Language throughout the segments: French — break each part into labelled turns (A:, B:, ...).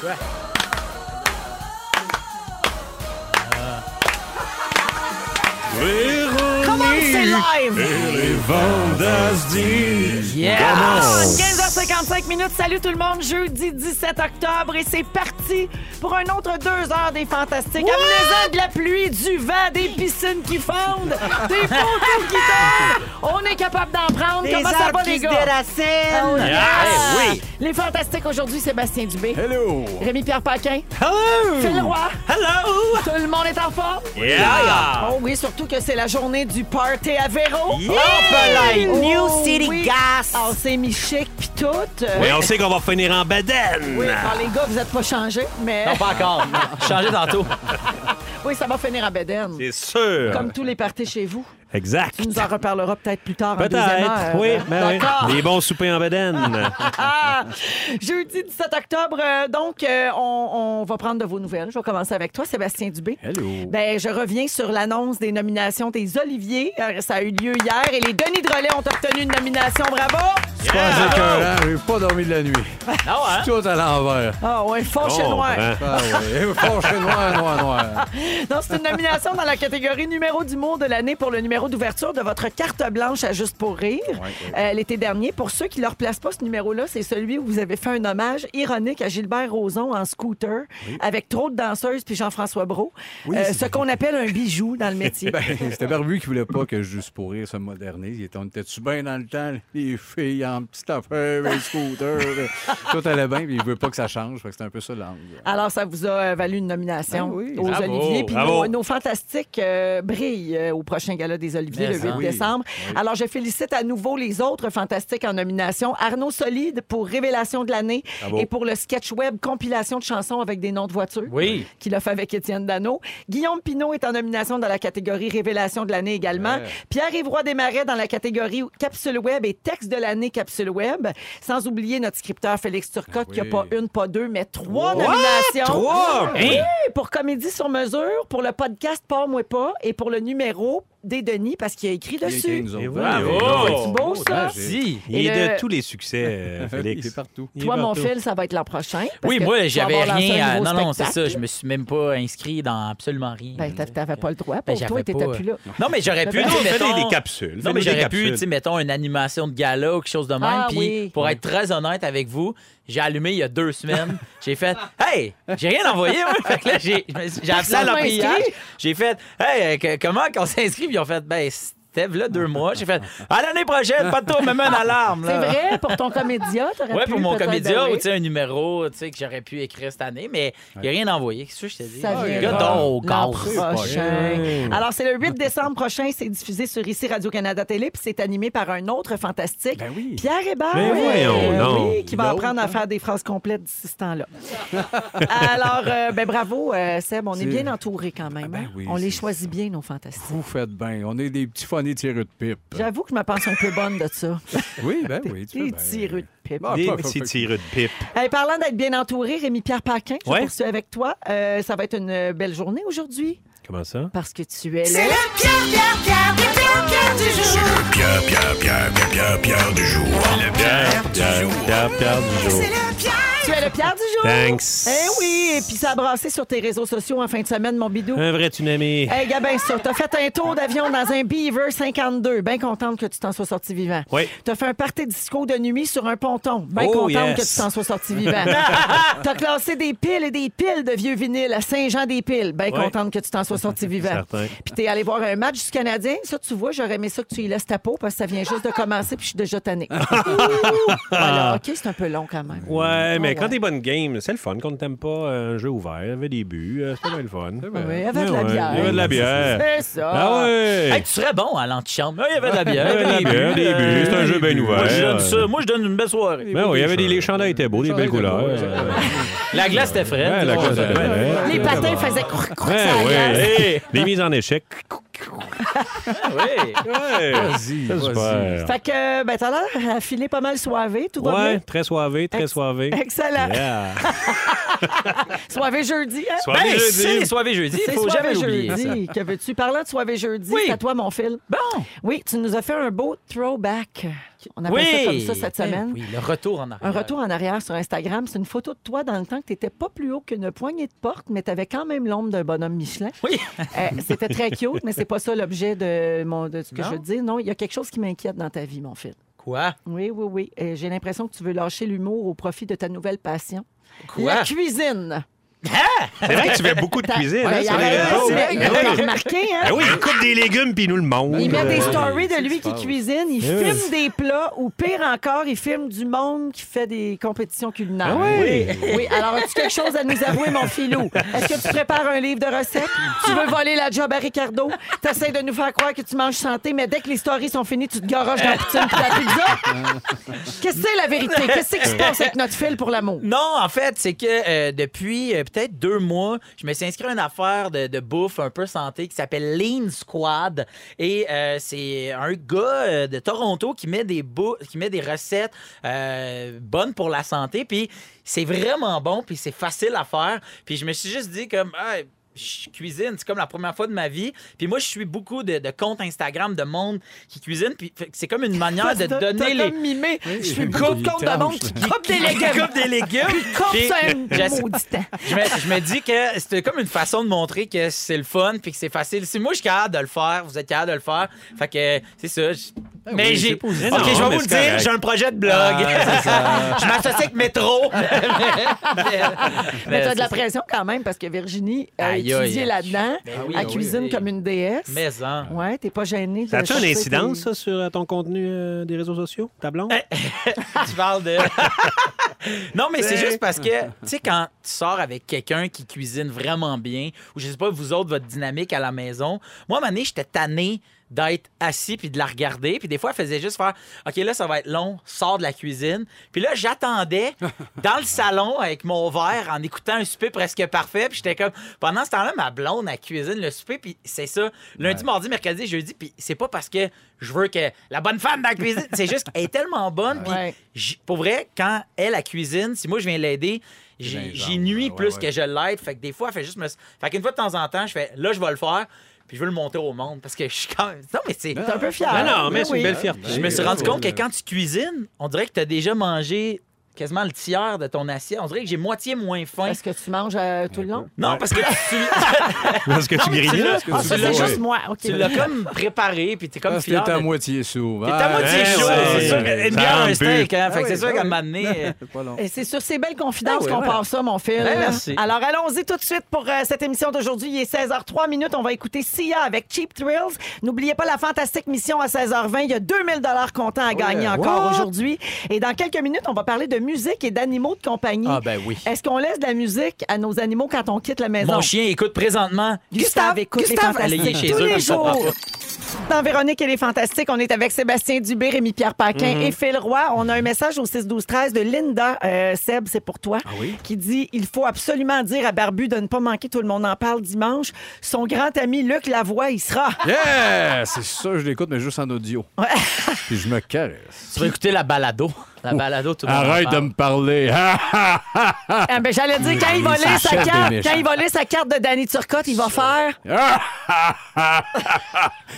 A: Quoi?
B: Véronique
C: c'est live?
B: et les Vendasdi.
C: Ah,
B: Commence.
C: 15h55 minutes. Salut tout le monde. Jeudi 17 octobre et c'est parti pour un autre deux heures des fantastiques. Amenez-en de la pluie, du vent, des piscines qui fondent, des poteaux qui tombent. On est capable d'en prendre. Comment ça va, les gars?
D: déracine.
C: Oh, yes!
A: Ah, oui.
C: Les fantastiques aujourd'hui, Sébastien Dubé,
B: Hello.
C: Rémi-Pierre Paquin,
D: Hello!
C: Phil Roy.
D: Hello!
C: Tout le monde est en forme?
A: Yeah!
C: Oh oui, surtout que c'est la journée du party à Véro.
A: Yeah!
D: Hop
C: Oh,
D: New City
C: oui.
D: Gas!
C: Ah, On s'est mis chic pis tout. Euh,
A: Mais on sait qu'on va finir en bedaine.
C: Oui, bon, les gars, vous êtes pas changés, mais
E: Non, pas Ah encore. Changez tantôt.
C: oui, ça va finir à Beden.
A: C'est sûr.
C: Comme tous les parties chez vous.
A: Exact.
C: Tu nous en reparleras peut-être plus tard en deuxième heure. Euh,
A: Peut-être, oui, mais
C: D'accord.
A: oui. Des bons soupers en bedaine.
C: Ah! Jeudi 17 octobre, euh, donc, euh, on, on va prendre de vos nouvelles. Je vais commencer avec toi, Sébastien Dubé.
B: Hello.
C: Ben, je reviens sur l'annonce des nominations des Oliviers. Euh, Ça a eu lieu hier et les Denis Drolet ont obtenu une nomination. Bravo!
B: Pas écœurant, j'ai pas dormi de la nuit.
E: Non, hein?
B: Tout à l'envers.
C: Ah ouais, fort chez noir.
A: Comprends.
B: Ah oui, Fonché noir, noir, noir.
C: Non, c'est une nomination dans la catégorie numéro d'humour de l'année pour le numéro d'ouverture de votre carte blanche à Juste pour rire euh, l'été dernier. Pour ceux qui ne leur placent pas ce numéro-là, c'est celui où vous avez fait un hommage ironique à Gilbert Rozon en scooter avec trop de danseuses puis Jean-François Brault. Euh, ce qu'on appelle un bijou dans le métier.
B: Ben, c'était Barbu qui voulait pas que Juste pour rire se modernise. Il était, on était-tu bien dans le temps, les filles en petite affaire, les scooters. là. Tout allait bien, puis il veut pas que ça change. Fait que c'était un peu ça l'angle.
C: Alors, ça vous a euh, valu une nomination
B: Ben oui.
C: aux
B: Bravo,
C: Oliviers. Puis
A: bravo.
C: nos, nos fantastiques euh, brillent euh, au prochain gala des Oliviers
E: Mais
C: le 8
E: ça.
B: Oui.
C: décembre.
B: Oui.
C: Alors, je félicite à nouveau les autres fantastiques en nomination. Arnaud Solide pour Révélation de l'année
B: Bravo.
C: et pour le sketch web compilation de chansons avec des noms de voitures.
E: Oui.
C: Qu'il a fait avec Étienne Dano. Guillaume Pinot est en nomination dans la catégorie Révélation de l'année également.
B: Ouais.
C: Pierre-Yvroy Desmarais dans la catégorie Capsule Web et Texte de l'année Capsule Web. Sans oublier notre scripteur Félix Turcotte qui n'a
B: Oui.
C: pas une, pas deux, mais trois nominations.
A: Trois?
C: Oui, pour Comédie sur mesure, pour le podcast Pas moi pas et pour le numéro des Denis parce qu'il a écrit
B: Il a écrit
C: dessus.
B: nous autres.
A: Et
B: Ouais,
A: bravo.
B: ouais, Oh!
E: Oh,
B: ouais.
C: C'est beau, ça?
B: Ouais,
E: Si.
A: Il
C: Et
A: est
C: le-
A: de tous les succès, euh, Félix.
B: Il est partout.
A: Il est
C: Toi, mon
A: partout.
C: fil, ça va être l'an prochain. parce
E: Oui,
C: que tu
E: moi,
C: vas
E: j'avais
C: avoir lancé un
E: rien. à-
C: nouveau
E: Non, non, c'est
C: spectacle.
E: ça. Je me suis même pas inscrit dans absolument rien.
C: Ben, t'a- t'avais pas le droit.
E: Ben,
C: Pour toi,
E: j'avais
C: t'étais
E: pas,
C: plus là.
E: Non, mais j'aurais pu,
C: Ben,
E: tu sais,
A: Fais-les
E: mettons-
A: des capsules.
E: Non,
A: Fais-les des
E: mais j'aurais pu,
A: capsules.
E: tu sais, mettons, une animation de gala ou quelque chose de même.
C: Ah,
E: puis,
C: oui.
E: pour être très honnête avec vous, j'ai allumé il y a deux semaines. j'ai fait, hey, j'ai rien envoyé, moi. Fait que là, j'ai je me suis- j'ai appelé à
C: Personne m'a
E: l'empliage.
C: inscrit.
E: J'ai fait, hey, euh, que- comment qu'on s'inscrit? Puis ils ont fait, ben, c'était là deux mois. J'ai fait, à l'année prochaine, pas de tour, même une alarme.
C: C'est
E: là.
C: vrai, pour ton comédia, t'aurais
E: Ouais,
C: pu
E: pour mon
C: peut-être,
E: comédien,
C: ben
E: ou
C: oui.
E: tu sais, un numéro tu sais, que j'aurais pu écrire cette année, mais il n'y a rien envoyé. Qu'est-ce que je te dis?
C: Ça
E: Le
C: vient
E: gars dort au
C: l'an
E: gaz.
C: prochain. Alors, c'est le 8 décembre prochain. C'est diffusé sur ici Radio-Canada Télé, puis c'est animé par un autre fantastique,
B: Ben oui.
C: Pierre Hébert.
A: Ben voyons donc.
C: oui, qui va apprendre à faire des phrases complètes d'ici ce temps-là. Alors, euh, ben bravo, euh, Seb. On est...
B: C'est-
C: bien entourés quand même.
B: ben
C: hein?
B: oui,
C: on les
B: c'est
C: choisit bien, nos fantastiques.
B: Vous faites bien. On est des petits phonés tireux de pipe.
C: J'avoue que je me pense un peu bonne de ça.
B: Oui, ben oui. tu
C: Des
B: fais bien.
C: tireux de pipe.
B: Bon,
A: Des
B: pas-
A: petits
B: pas-
A: tireux de pipe.
C: Hey, parlant d'être bien entouré, Rémi-Pierre Paquin, je
A: Ouais.
C: poursuis avec toi. Euh, ça va être une belle journée aujourd'hui
A: Comment ça?
C: parce que tu es là.
F: C'est le Pierre, Pierre, Pierre, le Pierre, Pierre du jour.
G: Pierre, Pierre, Pierre, Pierre, Pierre, Pierre du jour. Le Pierre du jour.
A: du jour.
F: C'est le Pierre.
C: Tu es le Pierre du jour.
A: Thanks.
C: Eh oui, et puis ça a brassé sur tes réseaux sociaux en fin de semaine, mon bidou.
A: Un vrai tsunami.
C: Hey, Gabin, ça, t'as fait un tour d'avion dans un Beaver 52. Bien contente que tu t'en sois sorti vivant.
A: Oui.
C: T'as fait un party disco de nuit sur un ponton. Bien
A: Oh, yes.
C: contente que tu t'en sois sorti vivant. t'as classé des piles et des piles de vieux vinyles à Saint-Jean-des-Piles. Bien
A: Ouais.
C: contente que tu t'en sois sorti vivant.
A: Certain.
C: Puis t'es allé voir un match du Canadien. Ça, tu vois, j'aurais aimé ça que tu y laisses ta peau parce que ça vient juste de commencer puis je suis déjà tannée. Ouh! voilà, OK, c'est un peu long quand même.
A: Ouais, mais
C: ouais.
A: quand t'es bonne game, c'est le fun. Quand t'aimes pas euh, un jeu ouvert, il y avait des buts, euh, c'était bien le fun.
B: vrai.
C: Oui, avec de la
A: Ouais,
C: bière.
A: Il y avait de la bière.
C: C'est ça.
A: Ah
E: Hey,
A: ouais!
E: tu serais bon à l'antichambre. Il y avait de la bière.
A: Il y avait de la
E: des
A: bière,
E: buts,
A: des buts. C'est un jeu bien
E: Moi, je
A: ouvert.
E: donne ça. Moi, je donne une belle soirée.
A: Ben oui, il y avait des les chandails étaient beaux, des belles couleurs. Euh,
E: La glace était fraîche.
A: ouais, la
E: Ouais,
A: classe
E: ouais.
A: était belle. hein.
C: Les patins faisaient croc croc
A: Ben Ouais,
C: sur la glace.
A: ouais. Les mises en échec.
E: Oui.
A: Ouais.
B: Vas-y,
A: C'est
B: vas-y.
E: Ah.
A: super.
C: Fait que, ben, t'as l'air affilé pas mal soivé, tout va
A: Ouais,
C: bien.
A: très soivé, très soivé.
C: Excellent.
A: Yeah.
C: Soirée jeudi, hein?
A: Soirée
E: Ben,
A: jeudi.
E: c'est soirée jeudi.
C: C'est
E: Il faut
C: soirée
E: jamais oublier ça.
C: jeudi. Que veux-tu? Parlant de soirée jeudi,
E: Oui.
C: c'est à toi, mon fil.
E: Bon.
C: Oui, tu nous as fait un beau throwback. On appelle ça comme ça cette
E: Eh
C: semaine.
E: Oui, le retour en
C: Un
E: arrière.
C: retour en arrière sur Instagram, c'est une photo de toi dans le temps que tu n'étais pas plus haut qu'une poignée de porte, mais tu avais quand même l'ombre d'un bonhomme Michelin.
E: Oui.
C: Euh, C'était très cute, mais c'est pas ça l'objet de, mon- de ce que
E: Non?
C: je veux te dire. Non, il y a quelque chose qui m'inquiète dans ta vie, mon fils.
E: Quoi?
C: Oui, oui, oui. Euh, J'ai l'impression que tu veux lâcher l'humour au profit de ta nouvelle passion.
E: Quoi?
C: La cuisine.
A: C'est vrai que tu fais beaucoup de cuisine.
C: Ouais,
A: hein,
C: il y
A: sur
C: en a
A: les
C: un,
A: réseaux.
C: c'est vrai, il
A: Ben
C: l'a
A: oui.
C: remarqué, hein?
A: Ben oui, il coupe des légumes puis il nous le montre.
C: Il met des
A: Euh,
C: stories de lui
B: qui
C: qui
B: se passe.
C: cuisine, il
A: Oui.
C: filme des plats ou pire encore, il filme du monde qui fait des compétitions culinaires.
A: oui.
C: Oui, alors as-tu quelque chose à nous avouer, mon filou? Est-ce que tu prépares un livre de recettes? Tu veux voler la job à Ricardo? T'essayes de nous faire croire que tu manges santé, mais dès que les stories sont finies, tu te garoches dans la poutine puis la pizza? Qu'est-ce que c'est la vérité? Qu'est-ce qui se passe avec notre fil pour l'amour?
E: Non, en fait, c'est que euh, depuis euh, peut-être deux mois, je me suis inscrit à une affaire de, de bouffe un peu santé qui s'appelle Lean Squad. Et euh, c'est un gars euh, de Toronto qui met des, bou- qui met des recettes euh, bonnes pour la santé. Puis c'est vraiment bon, puis c'est facile à faire. Puis je me suis juste dit comme... Ah, je cuisine, c'est comme la première fois de ma vie. Puis moi, je suis beaucoup de, de comptes Instagram de monde qui cuisine. Puis fait que c'est comme une manière de
C: T'as- t'as
E: donner les,
C: comme mimé. Je suis
B: il
C: beaucoup de compte de
B: tranche,
C: monde qui coupe des légumes.
E: coupe des légumes.
C: Coupe
E: Puis-
C: ça une
E: J'essa-
C: maudite.
E: je, me, je me dis que c'était comme une façon de montrer que c'est le fun puis que c'est facile. Si moi je suis capable de le faire, vous êtes capable de le faire. Fait que c'est ça. je- mais
A: Ben
B: oui,
E: j'ai.
B: c'est
E: Ok,
B: positif.
A: Non,
E: je vais
A: mais
E: vous le
A: c'est
E: dire,
A: correct. Ah,
E: j'ai un projet de blog. je m'associe avec Métro.
C: Mais t'as de la pression quand même parce que Virginie a
E: Aïe, aïe,
C: étudié
E: aïe.
C: là-dedans.
E: Ben oui,
C: Elle
E: oui,
C: cuisine
E: oui.
C: comme une déesse.
E: Mais hein.
C: Ouais, t'es pas gêné.
A: Euh, Ça a-tu une incidence, ça, sur euh, ton contenu euh, des réseaux sociaux, ta blonde?
E: tu parles de. non, mais c'est juste parce que, tu sais, quand tu sors avec quelqu'un qui cuisine vraiment bien, ou je sais pas, vous autres, votre dynamique à la maison, moi, à un moment donné, j'étais tanné d'être assis puis de la regarder. Puis des fois, elle faisait juste faire OK, là, ça va être long, sors de la cuisine. Puis là, j'attendais dans le salon avec mon verre en écoutant un souper presque parfait. Puis j'étais comme Pendant ce temps-là, ma blonde, elle cuisine le souper. Puis c'est ça, lundi, mardi, mercredi, jeudi. Puis c'est pas parce que je veux que la bonne femme dans la cuisine, c'est juste qu'elle est tellement bonne. Puis
C: Ouais.
E: J- pour vrai, quand elle, la cuisine, si moi je viens l'aider,
B: Ben,
E: j'ai-
B: genre,
E: j'y nuis
B: ouais,
E: plus
B: ouais.
E: que je l'aide. Fait que des fois, elle fait juste me. Fait qu'une fois de temps en temps, je fais là, je vais le faire, puis je veux le montrer au monde parce que je suis quand même. Non, mais c'est.
C: T'es un peu fier.
A: Non, ah, non, mais
C: Oui,
A: c'est
C: oui.
A: une belle fierté.
E: Je me suis
B: Ouais,
E: rendu
B: ouais,
E: compte que
B: ouais.
E: quand tu cuisines, on dirait que tu as déjà mangé quasiment le tiers de ton assiette. On dirait que j'ai moitié moins faim.
C: Est-ce que tu manges euh, tout le long?
E: Non, parce que tu,
A: Parce que tu grignotes.
E: l'as-
B: Ah,
C: Ça,
B: tu
C: c'est
B: l'as-
C: juste
B: ouais.
C: moi. OK.
E: tu l'as comme préparé, puis t'es comme
B: Parce que
E: fier.
B: t'es à
E: de-
B: moitié sourd. Ah,
E: T'es à moitié
A: Ouais,
E: chaud,
A: ouais,
E: c'est sûr.
A: ouais.
E: Une
A: Ça
E: bière, un
A: rentre plus.
E: steak, hein. Fait que c'est sûr qu'à un moment donné, euh,
B: Pas long.
C: Et c'est sur ces belles confidences
E: Ah oui,
C: qu'on
E: ouais.
C: part ça, mon fils.
E: Ben, merci.
C: Alors, allons-y tout de suite pour euh, cette émission d'aujourd'hui. Il est 16h03 minutes. On va écouter Sia avec Cheap Thrills. N'oubliez pas la fantastique mission à 16h20. Il y a 2000 dollars comptant à gagner encore aujourd'hui. Et dans quelques minutes, on va parler de musique et d'animaux de compagnie.
E: Ah, ben oui.
C: Est-ce qu'on laisse de la musique à nos animaux quand on quitte la maison?
E: Mon chien écoute présentement.
C: Gustave, écoute les
E: Gustave,
C: Fantastiques
E: allez, il est chez
C: tous
E: eux,
C: les
E: puis il comprend
C: jours.
E: pas.
C: Dans Véronique et les Fantastiques, on est avec Sébastien Dubé, Rémi Pierre Paquin et Phil Roy. On a un message au 6-12-13 de Linda euh, Seb, c'est pour toi, qui dit Il faut absolument dire à Barbu de ne pas manquer, tout le monde en parle dimanche. Son grand ami Luc Lavoie, il sera.
B: Ah. Yeah! C'est sûr, je l'écoute, mais juste en audio. Puis je me caresse.
E: Tu vas écouter la balado. La balado, tout le monde en
B: Arrête de
E: parle.
B: me parler.
C: Ah, ben, J'allais dire, quand il, va
B: Il
C: lire sa
B: s'achète des
C: carte,
B: méchants.
C: quand il va lire sa carte de Danny Turcotte, il va faire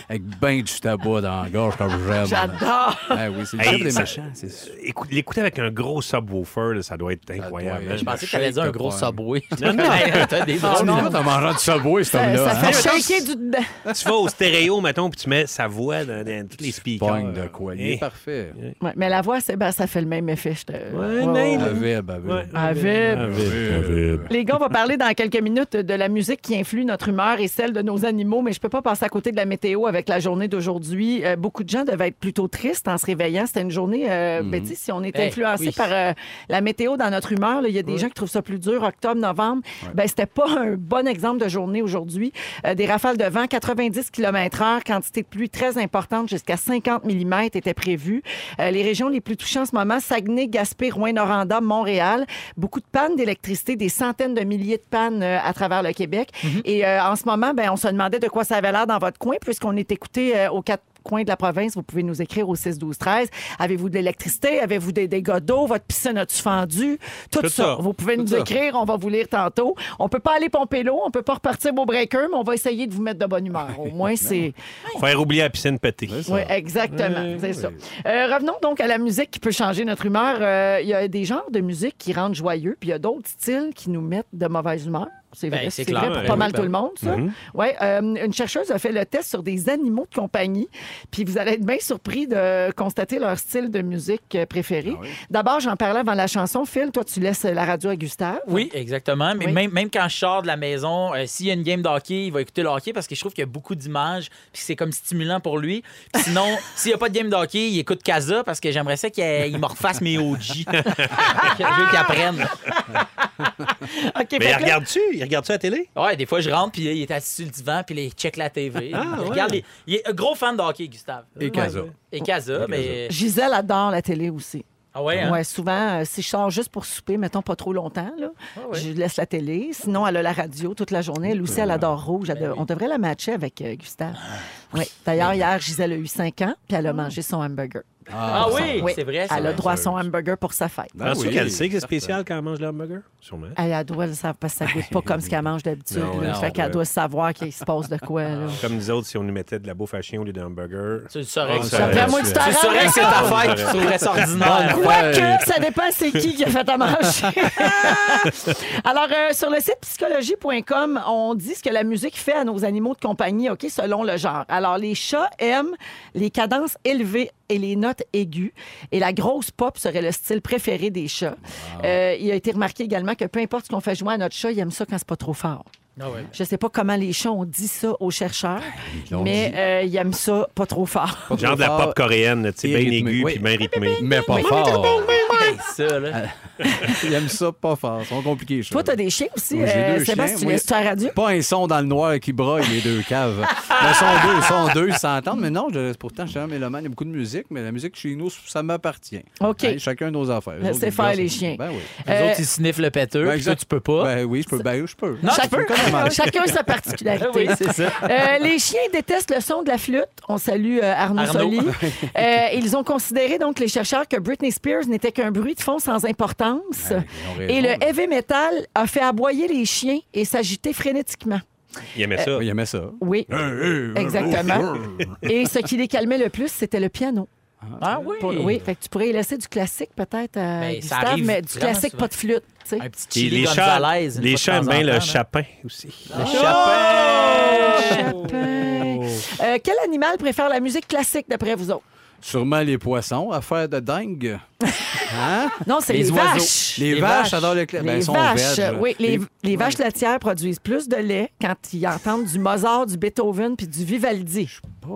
B: Avec ben du tabac dans la gorge comme j'aime.
C: J'adore.
B: Ah oui, c'est le
A: Hey,
B: chef des
A: ça-
B: méchants, c'est sûr.
A: Écoute- L'écouter avec un gros subwoofer, là, ça doit être incroyable.
B: doit
A: hein.
B: être-
E: Je pensais que t'allais dire un gros
B: Ouais.
E: saboué. Hey, T'as des
B: Tu
E: drôles de-
B: l'écoutes en mangeant du Subway, cet
C: euh, Ça,
B: homme-là.
C: ça
B: hein?
C: fait shaker du dedans.
A: Tu vas au stéréo, mettons, puis tu mets sa voix dans, dans tous les speakers.
B: Pogne de quoi. Il est
A: Eh.
B: parfait.
C: Ouais, mais la voix, c'est ben, ça fait le même effet. Je te...
A: Ouais, Ah, mais il-
B: Avait, bavé.
A: Ouais.
C: Avec.
B: Ah,
A: Avec.
C: Les gars, on va parler dans quelques minutes de la musique qui influe notre humeur et celle de nos animaux, mais je peux pas passer à côté de la météo avec la journée d'aujourd'hui. Euh, beaucoup de gens devaient être plutôt tristes en se réveillant. C'était une journée, euh, ben, tu sais, si on est
E: Eh,
C: influencé
E: oui.
C: par euh, la météo dans notre humeur, là, il y a des gens qui trouvent ça plus dur, octobre, novembre. Ben, c'était pas un bon exemple de journée aujourd'hui. Euh, des rafales de vent, 90 km/h, quantité de pluie très importante, jusqu'à 50 mm était prévue. Euh, les régions les plus touchées en ce moment, Saguenay, Gaspé, Rouyn-Noranda, Montréal. Beaucoup de pannes d'électricité, des centaines de milliers de pannes euh, à travers le Québec. Et euh, en ce moment, ben, on se demandait de quoi ça avait l'air dans votre coin, puisqu'on est écouté euh, au 4- coin de la province, vous pouvez nous écrire au 6 12 13. Avez-vous de l'électricité Avez-vous des dégâts d'eau Votre piscine a-tu fendu Tout,
B: Tout
C: ça.
B: ça.
C: Vous pouvez
B: Tout
C: nous
B: ça.
C: écrire, on va vous lire tantôt. On peut pas aller pomper l'eau, on peut pas repartir au breaker, mais on va essayer de vous mettre de bonne humeur. Au moins c'est
A: Faire oublier la piscine pétée.
B: C'est ça.
C: oui, exactement.
B: Oui,
C: c'est
B: oui.
C: ça. Euh, revenons donc à la musique qui peut changer notre humeur. Euh, Il y a des genres de musique qui rendent joyeux, puis il y a d'autres styles qui nous mettent de mauvaise humeur. C'est
E: Ben,
C: vrai,
E: c'est
C: c'est
E: clair,
C: vrai pour
E: ben
C: pas
E: oui,
C: mal
E: ben
C: tout le monde, ça. Ouais, euh, une chercheuse a fait le test sur des animaux de compagnie, puis vous allez être bien surpris de constater leur style de musique euh, préféré. D'abord, j'en parlais avant la chanson. Phil, toi, tu laisses la radio à Gustave.
E: Oui, exactement. Mais
C: Oui.
E: Même, même quand je sors de la maison, euh, s'il y a une game de hockey, il va écouter le hockey parce que je trouve qu'il y a beaucoup d'images puis c'est comme stimulant pour lui. Puis sinon, s'il n'y a pas de game de hockey, il écoute Casa parce que j'aimerais ça qu'il il me refasse mes OG. je veux qu'il apprenne.
C: OK,
A: Mais il
C: fait que là-
A: regarde-tu? Il regarde-tu la télé?
E: Ouais, des fois, je rentre puis il est assis sur le divan puis là, il check la TV. Il regarde les- Il est un gros fan de hockey, Gustave.
B: Et Casa.
E: Ah, Et Casa, mais.
C: Gisèle adore la télé aussi.
E: Ah ouais, hein?
C: Ouais, souvent, euh, si je sors juste pour souper, mettons pas trop longtemps, là, je laisse la télé. Sinon, elle a la radio toute la journée. Elle aussi, elle adore rouge. Elle de- On devrait la matcher avec euh, Gustave. Ouais. D'ailleurs, hier, Gisèle a eu 5 ans, puis elle a mangé son hamburger.
E: Ah, oui, c'est vrai. c'est
C: Elle a
E: vrai.
C: droit à son hamburger pour sa fête.
B: Ben
A: Penses-tu
B: oui.
A: qu'elle sait que c'est spécial quand elle mange le hamburger? Sûrement.
C: Elle, elle doit le savoir parce que ça goûte pas comme ce qu'elle mange d'habitude.
B: Non,
C: là.
B: non,
C: fait qu'elle
B: ouais.
C: doit savoir qu'il se passe de quoi. là.
A: Comme nous autres, si on nous mettait de la bouffe à chien au lieu d'un hamburger.
E: Tu le saurais que
A: Ah,
E: ça-
A: ça-
C: Après, moi,
A: tu
C: tu
E: Tu le saurais que c'est ta
A: Ah,
E: fête, tu trouverais ça
B: Ah,
E: ordinaire.
C: Quoique, ça dépend c'est qui qui a fait à manger. Alors, euh, sur le site psychologie.com, on dit ce que la musique fait à nos animaux de compagnie, OK, selon le genre. Alors, les chats aiment les cadences élevées et les notes aiguës. Et la grosse pop serait le style préféré des chats. Euh, il a été remarqué également que peu importe ce qu'on fait jouer à notre chat, il aime ça quand c'est pas trop fort.
E: Ah ouais.
C: Je sais pas comment les chats ont dit ça aux chercheurs,
B: ils l'ont
C: mais
B: dit.
C: euh, ils aiment ça pas trop fort.
A: Genre de la pop coréenne, tu sais,
B: Et
A: bien
B: rythmé.
A: aiguë
B: Oui.
A: puis bien rythmée.
B: Mais pas
C: Ah,
B: fort.
E: Ben, ça,
A: Ah.
E: là.
B: Ils aiment ça pas fort. Ils sont compliqués, les
C: Toi,
B: chats.
C: t'as des chiens aussi.
B: Oui, j'ai
C: euh,
B: deux
C: Sébastien,
B: chiens,
C: tu
B: oui.
C: laisses-tu à la radio?
B: Pas un son dans le noir qui broille les deux caves. Mais sont deux, sont deux, ils s'entendent. Mais non, je- pourtant, je suis un mélomane, il y a beaucoup de musique, mais la musique chez nous, ça m'appartient.
C: OK.
B: Hey, chacun nos affaires. Les
C: Laissez
B: autres, ils
C: faire
B: gossent.
C: les chiens.
B: Ben oui.
E: Les
C: Euh,
E: autres, ils sniffent le pêteux,
B: Ben,
E: puis toi,
B: exact.
E: tu peux pas.
B: Ben oui, je peux. Ben je peux.
E: Non, Ah,
B: Ça,
E: tu peux.
B: comment-
C: Chacun sa particularité.
E: Ah oui, c'est ça.
C: Euh, les chiens détestent le son de la flûte. On salue euh, Arnaud,
E: Arnaud.
C: Soli. Euh, ils ont considéré, donc, les chercheurs, que Britney Spears n'était qu'un bruit de fond sans
E: Ah,
C: importance.
B: ils ont raison,
C: et le
B: là.
C: heavy metal a fait aboyer les chiens et s'agiter frénétiquement.
A: Il aimait ça.
B: Il aimait ça.
C: Oui,
E: Ah.
C: exactement. et ce qui les calmait le plus, c'était le piano.
E: Ah oui.
C: Pour- oui, fait que tu pourrais y laisser du classique peut-être à
E: Ben, ça
C: Gustave,
E: arrive
C: mais du
E: vraiment
C: classique,
E: souvent.
C: pas de flûte. tu sais.
E: Un petit
A: Puis
E: chili
A: les chats,
E: Gonzalez, une
A: les
E: fois
A: chats
E: de
A: aiment
E: temps en
A: bien le
E: temps, hein. là. Ah.
A: chapin aussi.
E: Le chapin!
C: Chapin. Euh, quel animal préfère la musique classique d'après vous autres?
B: Sûrement les poissons, affaire de dingue. Hein?
C: Non, c'est les,
E: oiseaux.
C: vaches.
B: Les,
E: Les
B: vaches
E: vaches.
B: adorent le clair.
C: Les
B: Ben, elles sont
C: vaches,
B: verges.
C: oui, les, les vaches laitières produisent plus de lait quand ils entendent du Mozart, du Beethoven puis du Vivaldi.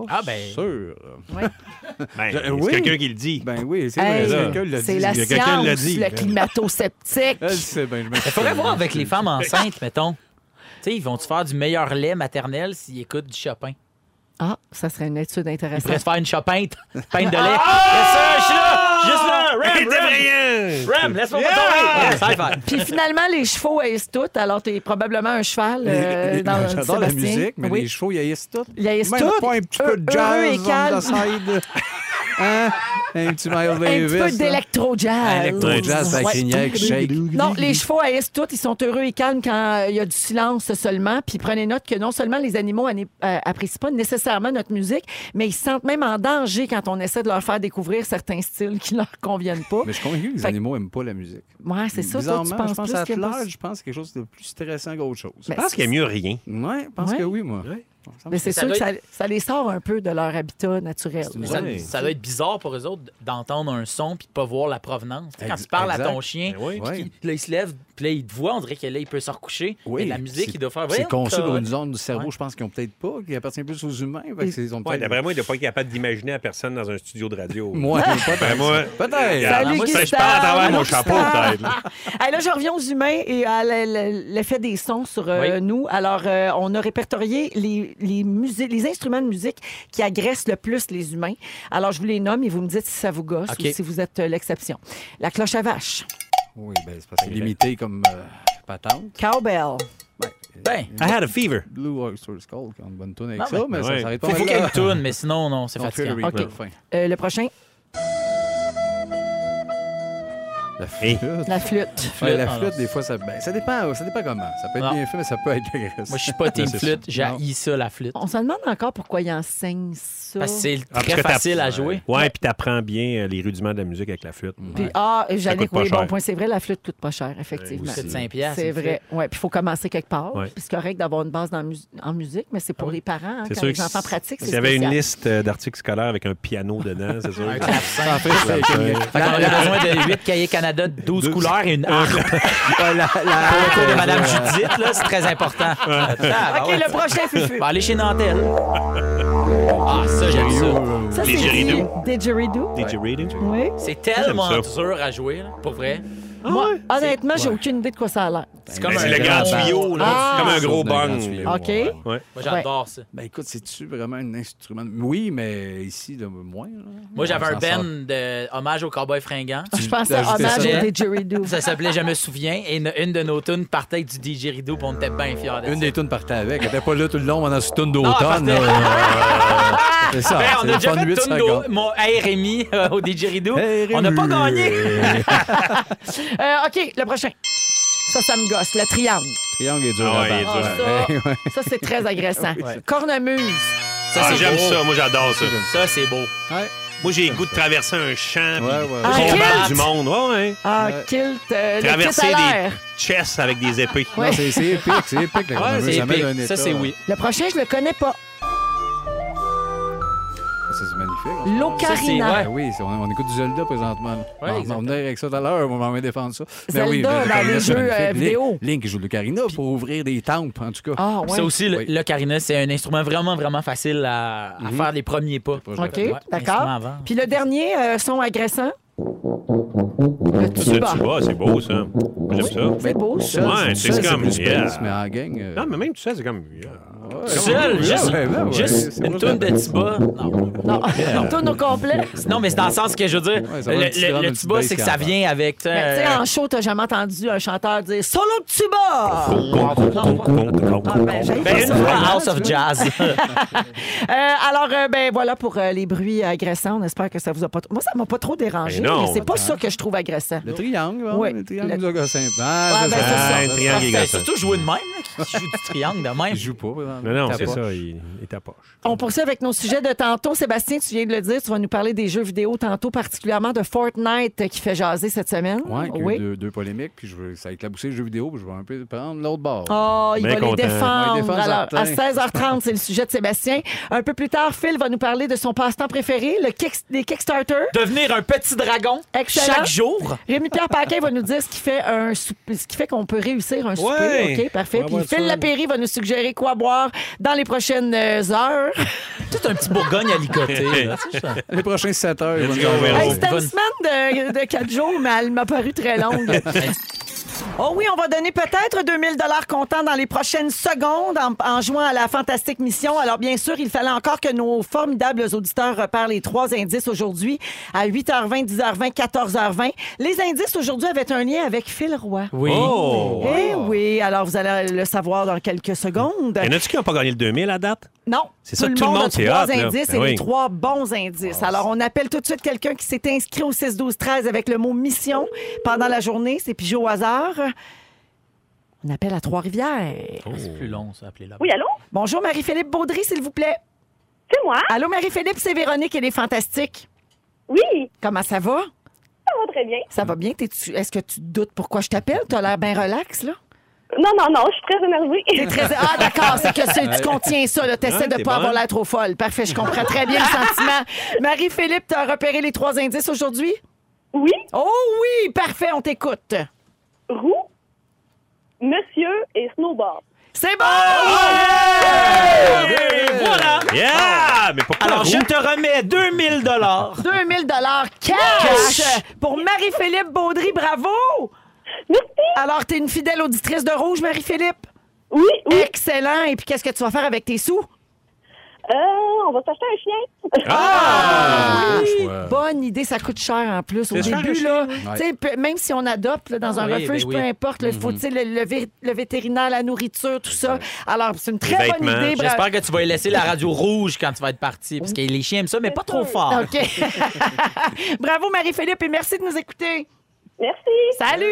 E: Ah ben,
B: Sûr.
A: Ben,
B: Je-
A: c'est
B: oui.
A: quelqu'un qui le dit.
B: Ben oui, c'est
C: Hey,
B: vrai. Quelqu'un l'a
C: c'est
B: dit.
C: la
A: Il y a quelqu'un
C: science,
A: l'a dit.
C: le climato-sceptique.
B: Elle sait bien, je me
E: il faudrait voir avec les femmes enceintes, mettons. Tu sais, ils vont-tu faire du meilleur lait maternel s'ils écoutent du Chopin?
C: Ah, ça serait une étude
E: Ils pourraient
C: intéressante.
E: se faire une Chopinte, peinte de lait.
A: Ah!
E: Yes, sir, je suis là! Juste là!
A: Il était
E: Ram,
A: brillant!
E: Ram! Ram, laisse-moi pas tomber! Yes, high five.
C: Puis finalement, les chevaux haïssent tout, alors t'es probablement un cheval euh,
B: Les- les-
C: dans
B: J'adore la
C: Sébastien.
B: musique, mais
C: Oui.
B: les shows, ils haïssent tout.
C: Ils haïssent
B: Même
C: tout.
B: pas un petit peu de
C: Heureux et
B: jazz
C: calme.
B: on the side. Hein? Un petit Miles
C: Un petit
B: Davis.
C: peu
B: là.
C: d'électro-jazz.
B: Un jazz
C: Ouais.
B: avec Ignac, shake.
C: Non, les chevaux haïssent tout. Ils sont heureux et calmes quand euh, il y a du silence seulement. Puis prenez note que non seulement les animaux ani- euh, apprécient pas nécessairement notre musique, mais ils se sentent même en danger quand on essaie de leur faire découvrir certains styles qui leur conviennent pas.
B: Mais je suis convaincu que les
C: Fait-
B: animaux n'aiment pas la musique.
C: Ouais, c'est ça. Toi, tu
B: Bizarrement,
C: penses
B: je pense
C: plus
B: à
C: qu'il y a pas-
B: l'âge, je pense que c'est quelque chose de plus stressant qu'autre chose.
C: Ben,
A: Je pense qu'il y a mieux rien.
B: Ouais, je pense
C: Ouais.
B: que oui, moi.
C: Mais c'est
E: Ça
C: sûr que
E: doit
C: ça, ça les sort un peu de leur habitat naturel.
B: une
E: Mais ça,
B: Ouais.
E: ça doit être bizarre pour eux autres d'entendre un son puis de pas voir la provenance. Tu sais, Quand
B: Ex-
E: tu parles à
B: exact.
E: ton chien,
A: Ben oui.
B: Ouais.
E: puis là, il se lève, puis là, il te voit, on dirait que là, il peut se recoucher.
B: Oui,
E: mais la musique,
B: c'est-
E: il doit faire.
B: C'est
E: voyons,
B: conçu pour
E: t'as-
B: une zone du cerveau,
E: Ouais.
B: je pense, qu'ils ont peut-être pas, qui appartient plus aux humains. Fait que c'est- ils ont
A: Ouais,
B: peut-être-
A: d'après moi, il n'est pas capable d'imaginer la personne dans un studio de radio.
B: Moi, peut-être.
A: Ben moi,
B: Peut-être.
A: regarde,
C: Salut,
A: moi, ça, je
C: Gustave.
A: parle à travers
C: Allô,
A: mon chapeau,
C: Gustave.
A: peut-être. là.
C: Hey, là, je reviens aux humains et à l- l- l'effet des sons sur euh,
E: Oui.
C: nous. Alors, euh, on a répertorié les, les, musi- les instruments de musique qui agressent le plus les humains. Alors, je vous les nomme et vous me dites si ça vous gosse
E: OK.
C: ou si vous êtes euh, l'exception. La cloche à vache,
B: Oui, ben, c'est parce que c'est limité comme, euh, patente.
C: Cowbell.
E: Ben,
A: I had a fever.
B: Blue Oyster's Cold, quand une bonne tune avec
E: Non,
B: ça, mais
A: ouais.
B: ça s'arrête pas.
E: faut, faut
B: mal
E: qu'il y ait
B: là.
E: une toune, mais sinon, non, c'est
B: On fait le
E: fatigant.
B: replay
C: Ok.
B: à la fin.
C: Euh, le prochain,
B: La flûte.
C: la flûte.
B: Ouais,
E: Ah,
B: la
E: non,
B: flûte,
E: c'est-
B: des fois, ça, ben, ça, dépend, ça dépend comment. Ça peut être
E: Non.
B: bien fait, mais ça peut être agressif.
E: Moi, je suis pas team
B: c'est
E: flûte,
B: ça.
E: j'ai
B: Non.
E: ça, la flûte.
C: On se demande encore pourquoi il enseigne ça.
E: Parce que c'est
A: Ah, parce
E: très
A: que t'as-
E: facile à jouer.
A: Ouais, puis t'apprends bien euh, les rudiments de la musique avec la flûte.
C: Puis, ah,
A: coûte
C: Jannick,
A: pas
C: oui, bon
A: cher.
C: point. C'est vrai, la flûte coûte pas cher, effectivement.
A: Ouais,
E: C'est de 5 piastres.
C: C'est
E: une
C: vrai.
E: flûte.
C: Ouais, puis il faut commencer quelque part.
A: Ouais. Ah
C: Puis c'est correct d'avoir une base dans la mus- en musique, mais c'est pour les parents. hein,
A: C'est
C: quand
A: sûr
C: les
A: que
C: enfants
A: si-
C: pratiquent, c'est
A: S'il y avait une
C: spécial.
A: liste euh, d'articles scolaires avec un piano dedans, c'est sûr.
E: Un
A: que-
E: clavecin.
B: En fait, c'est comme-
E: Fait qu'on a besoin de 8 cahiers Canada de 12 couleurs et une harpe.
B: Ah, la- la-
E: Autour de Madame Judith, là, c'est très important. Ah, ben
C: OK, le prochain, Fufu.
E: Va aller chez Nantel. Ah, ça, j'aime ça.
C: Ça, c'est dit
A: Didgeridoo.
C: Didgeridoo.
A: Did you read it?
C: Oui.
E: C'est tellement
A: J'aime ça.
E: dur à jouer, là, pour vrai.
A: Ah
C: Moi, honnêtement, j'ai
B: ouais.
C: aucune idée de quoi ça a l'air.
E: C'est comme
A: Ben,
E: un
A: c'est le grand
E: band.
A: tuyau, là.
C: Ah!
A: C'est comme un gros
B: C'est un grand
A: bang.
B: tuyau,
A: là.
C: OK.
B: ouais.
A: Ouais.
E: Moi, j'adore ça.
B: Ben écoute, c'est-tu vraiment un instrument? de- Oui, mais ici, de moins. là.
E: Moi, j'avais
B: On
E: un
B: s'en
E: band
B: sort.
E: de hommage au cowboy fringant.
C: Je pensais à
B: D'ajouter
C: hommage
E: ça.
C: au Didgeridoo.
E: Ça s'appelait Je me souviens. Et une, une de nos tunes partait avec du DJ Rideau, on était bien fiers de
B: Une
E: ça.
B: des tunes partait avec. Elle était pas là tout le long, on a su tune
E: parfait.
B: d'automne. là. C'est ça.
E: Ben, on
B: ah,
E: a
B: c'est le
E: déjà
B: fun
E: fait
B: 8
E: une
B: secondes.
E: tune mon Hey Rémi euh, au DJ Rideau.
B: Hey,
E: on n'a pas
B: Rémi.
E: gagné.
C: Euh, OK, le prochain. Ça, ça me gosse. Le triangle.
B: Triangle est dur.
A: Ah ouais,
B: à
A: il est
B: battre.
C: dur.
B: Ouais, ouais.
C: Ça, c'est très agressant. Cornemuse.
E: Ça,
A: Ah,
E: c'est
A: j'aime
E: beau.
A: ça. Moi, j'adore ça.
E: Ça, c'est beau.
B: Ouais.
A: Moi, j'ai le goût de traverser un champ.
B: Ouais, ouais,
A: puis
B: ouais.
A: de tomber
C: Ah,
A: dans du monde. Ouais, ouais.
C: Ah,
B: Ouais.
C: kilt. euh, le kilt
A: Traverser
C: à
A: des
C: l'air.
A: chess avec des épées.
C: Ouais.
B: Non, c'est c'est épique, c'est épique. là, qu'on
E: Ouais,
B: veut
E: c'est
B: jamais
E: épique.
B: d'un
E: Ça,
B: état.
E: c'est oui.
C: Le prochain, je le connais pas.
B: Ça, c'est magnifique. hein.
C: L'ocarina.
E: Ça,
B: Ah oui, c'est- on, on écoute du Zelda présentement.
E: Ouais,
B: on va
E: exactement.
B: venir avec ça tout à l'heure, on va m'en défendre ça. Ben
C: Zelda dans
B: l'Ocarina,
C: les
B: c'est
C: jeux,
B: magnifique.
C: euh, vidéo.
B: Link, Link joue l'Ocarina pour ouvrir des temples, en tout cas.
C: Ah,
E: Ça
C: ouais.
E: aussi, le-
B: Oui. Mhm.
E: l'ocarina, c'est un instrument vraiment, vraiment facile à, à faire les premiers pas.
B: Proche de la
C: OK,
B: fin.
E: Ouais, instrument
C: d'accord.
E: avant.
C: Puis le dernier euh, son agressant. Le
A: Le
C: tuba.
A: tuba, c'est beau, ça. J'aime ça.
C: C'est beau, ça.
B: Seul,
A: Ouais,
B: seul,
A: c'est comme-
B: plus
A: yeah.
B: space, mais en gang. euh,
A: Non, mais même, tu sais, c'est comme... yeah.
B: ouais.
E: Seul,
B: Ouais,
E: juste,
B: ouais, ouais, ouais.
E: juste
B: C'est
E: une
B: pas
E: toune
B: vrai.
E: de tuba. Non.
C: Non, on tourne au complet.
E: Non, mais c'est dans le sens que je veux dire,
B: Ouais, ça va un petit
E: le,
B: drame,
E: le, le
B: une
E: tuba,
B: petite
E: c'est que
B: bass
E: ça
B: qui
E: vient avec. tu sais,
C: Mais Ben, tu sais,
E: euh,
C: en show, t'as jamais entendu un chanteur dire Solo de tuba!
A: Ben,
C: Ah, ben, j'aime pas
E: ben, une
C: ça.
E: fois House of Jazz.
C: Euh, alors, euh, ben voilà pour euh, les bruits agressants. On espère que ça vous a pas. trop- Moi, ça m'a pas trop dérangé.
A: Ben non,
C: mais c'est pas ça que je trouve agressant.
B: Le triangle, bon,
C: Ouais.
B: le triangle
C: Le-
B: nous a gossé un peu.
C: Ouais, ben, c'est ça.
A: Ah, un triangle
E: Fait,
A: égoïste.
E: surtout jouer de même, là, qui joue du triangle de même.
B: Il joue pas. par exemple.
A: Non, non,
B: T'as
A: c'est
B: pas.
A: ça. Il il est à poche.
C: On poursuit avec nos sujets de tantôt. Sébastien, tu viens de le dire, tu vas nous parler des jeux vidéo tantôt, particulièrement de Fortnite euh, qui fait jaser cette semaine.
B: Ouais, qu'il y a eu
C: oui.
B: deux, deux polémiques, puis je veux, ça a éclaboussé le jeu vidéo, puis je vais un peu prendre l'autre bord.
C: Oh, il
A: Bien
C: va
A: content.
C: les défendre.
B: Il va les défendre,
C: Alors, à
B: certain.
C: 16h30, c'est le sujet de Sébastien. Un peu plus tard, Phil va nous parler de son passe-temps préféré, le kick- les Kickstarter.
E: Devenir un petit dragon
C: Excellent.
E: chaque jour.
C: Rémi-Pierre Paquin va nous dire ce qui fait un soup- ce qui fait qu'on peut réussir un souper.
A: Ouais.
C: OK, parfait.
A: Ouais,
C: Puis
A: ouais,
C: Phil
A: ça.
C: Lapéry va nous suggérer quoi boire dans les prochaines euh, heures.
E: Tout un petit Bourgogne à licoter. là, tu sais, ça.
B: Les prochains 7 heures, ils vont
A: go,
B: nous en
A: Véro.
B: jaser.
C: Hey, C'était une
E: bonne-
C: semaine de, de quatre jours, mais elle m'a paru très longue. Oh oui, on va donner peut-être 2000 dollars comptant dans les prochaines secondes en, en jouant à la fantastique mission. Alors bien sûr, il fallait encore que nos formidables auditeurs repèrent les trois indices aujourd'hui à 8h20, 10h20, 14h20. Les indices aujourd'hui avaient un lien avec Phil Roy.
E: Oui.
A: Oh!
C: Eh oui, alors vous allez le savoir dans quelques secondes.
A: Il y en a-tu qui n'ont pas gagné le 2000 à date?
C: Non,
A: C'est ça, tout le monde,
C: a
A: c'est
C: trois
A: hot, là.
C: indices
A: Ben
C: et les
A: oui.
C: trois bons indices. Alors, on appelle tout de suite quelqu'un qui s'est inscrit au 6-12-13 avec le mot mission pendant la journée. C'est pigé au hasard. On appelle à Trois-Rivières.
B: Oh.
E: C'est plus long, ça, appeler là.
H: Oui, allô?
C: Bonjour, Marie-Philippe Baudry, s'il vous plaît.
H: C'est moi?
C: Allô, Marie-Philippe, c'est Véronique, elle est fantastique.
H: Oui,
C: Comment ça va?
H: ça va très bien.
C: Ça va bien? T'es-tu- Est-ce que tu te doutes pourquoi je t'appelle? T'as l'air bien relax, là?
H: Non, non, non, je suis très énervée.
C: T'es très... Ah, d'accord, c'est que c'est- tu contiens ça, là. T'essaies
A: Ouais,
C: de
A: t'es
C: pas avoir
A: bonne.
C: l'air trop folle. Parfait, je comprends très bien le sentiment. Marie-Philippe, t'as repéré les trois indices aujourd'hui?
H: Oui,
C: Oh oui, parfait, on t'écoute.
H: roux, monsieur et snowboard.
C: C'est bon!
E: Ah! Et voilà!
A: Yeah! Mais pourquoi?
E: Alors,
A: roux?
B: Oh.
E: je te remets 2000 dollars.
C: 2000 dollars cash, pour Marie-Philippe Baudry, bravo!
H: Merci!
C: Alors, t'es une fidèle auditrice de Rouge, Marie-Philippe?
H: Oui, oui,
C: Excellent. Et puis, qu'est-ce que tu vas faire avec tes sous?
F: Eh.
H: euh, on va s'acheter un chien.
A: Ah!
B: Bon
C: Oui,
B: choix.
E: Euh.
C: Bonne idée. ça coûte cher en plus. Au
B: C'est cher,
C: début,
B: le
C: là,
B: chien, oui.
C: tu sais, peu- même si on adopte là, dans
E: Ah
C: un
E: oui,
C: refuge,
E: ben
C: peu
E: oui.
C: importe, là, faut, tu sais, le, le vé- le vétérinaire, la nourriture, tout ça. Alors, c'est une très bonne
A: vêtements.
C: idée. bravo.
E: J'espère que tu vas laisser la radio rouge quand tu vas être parti, parce que les chiens aiment ça, mais pas trop fort.
C: OK. Bravo, Marie-Philippe, et merci de nous écouter.
H: Merci.
C: Salut!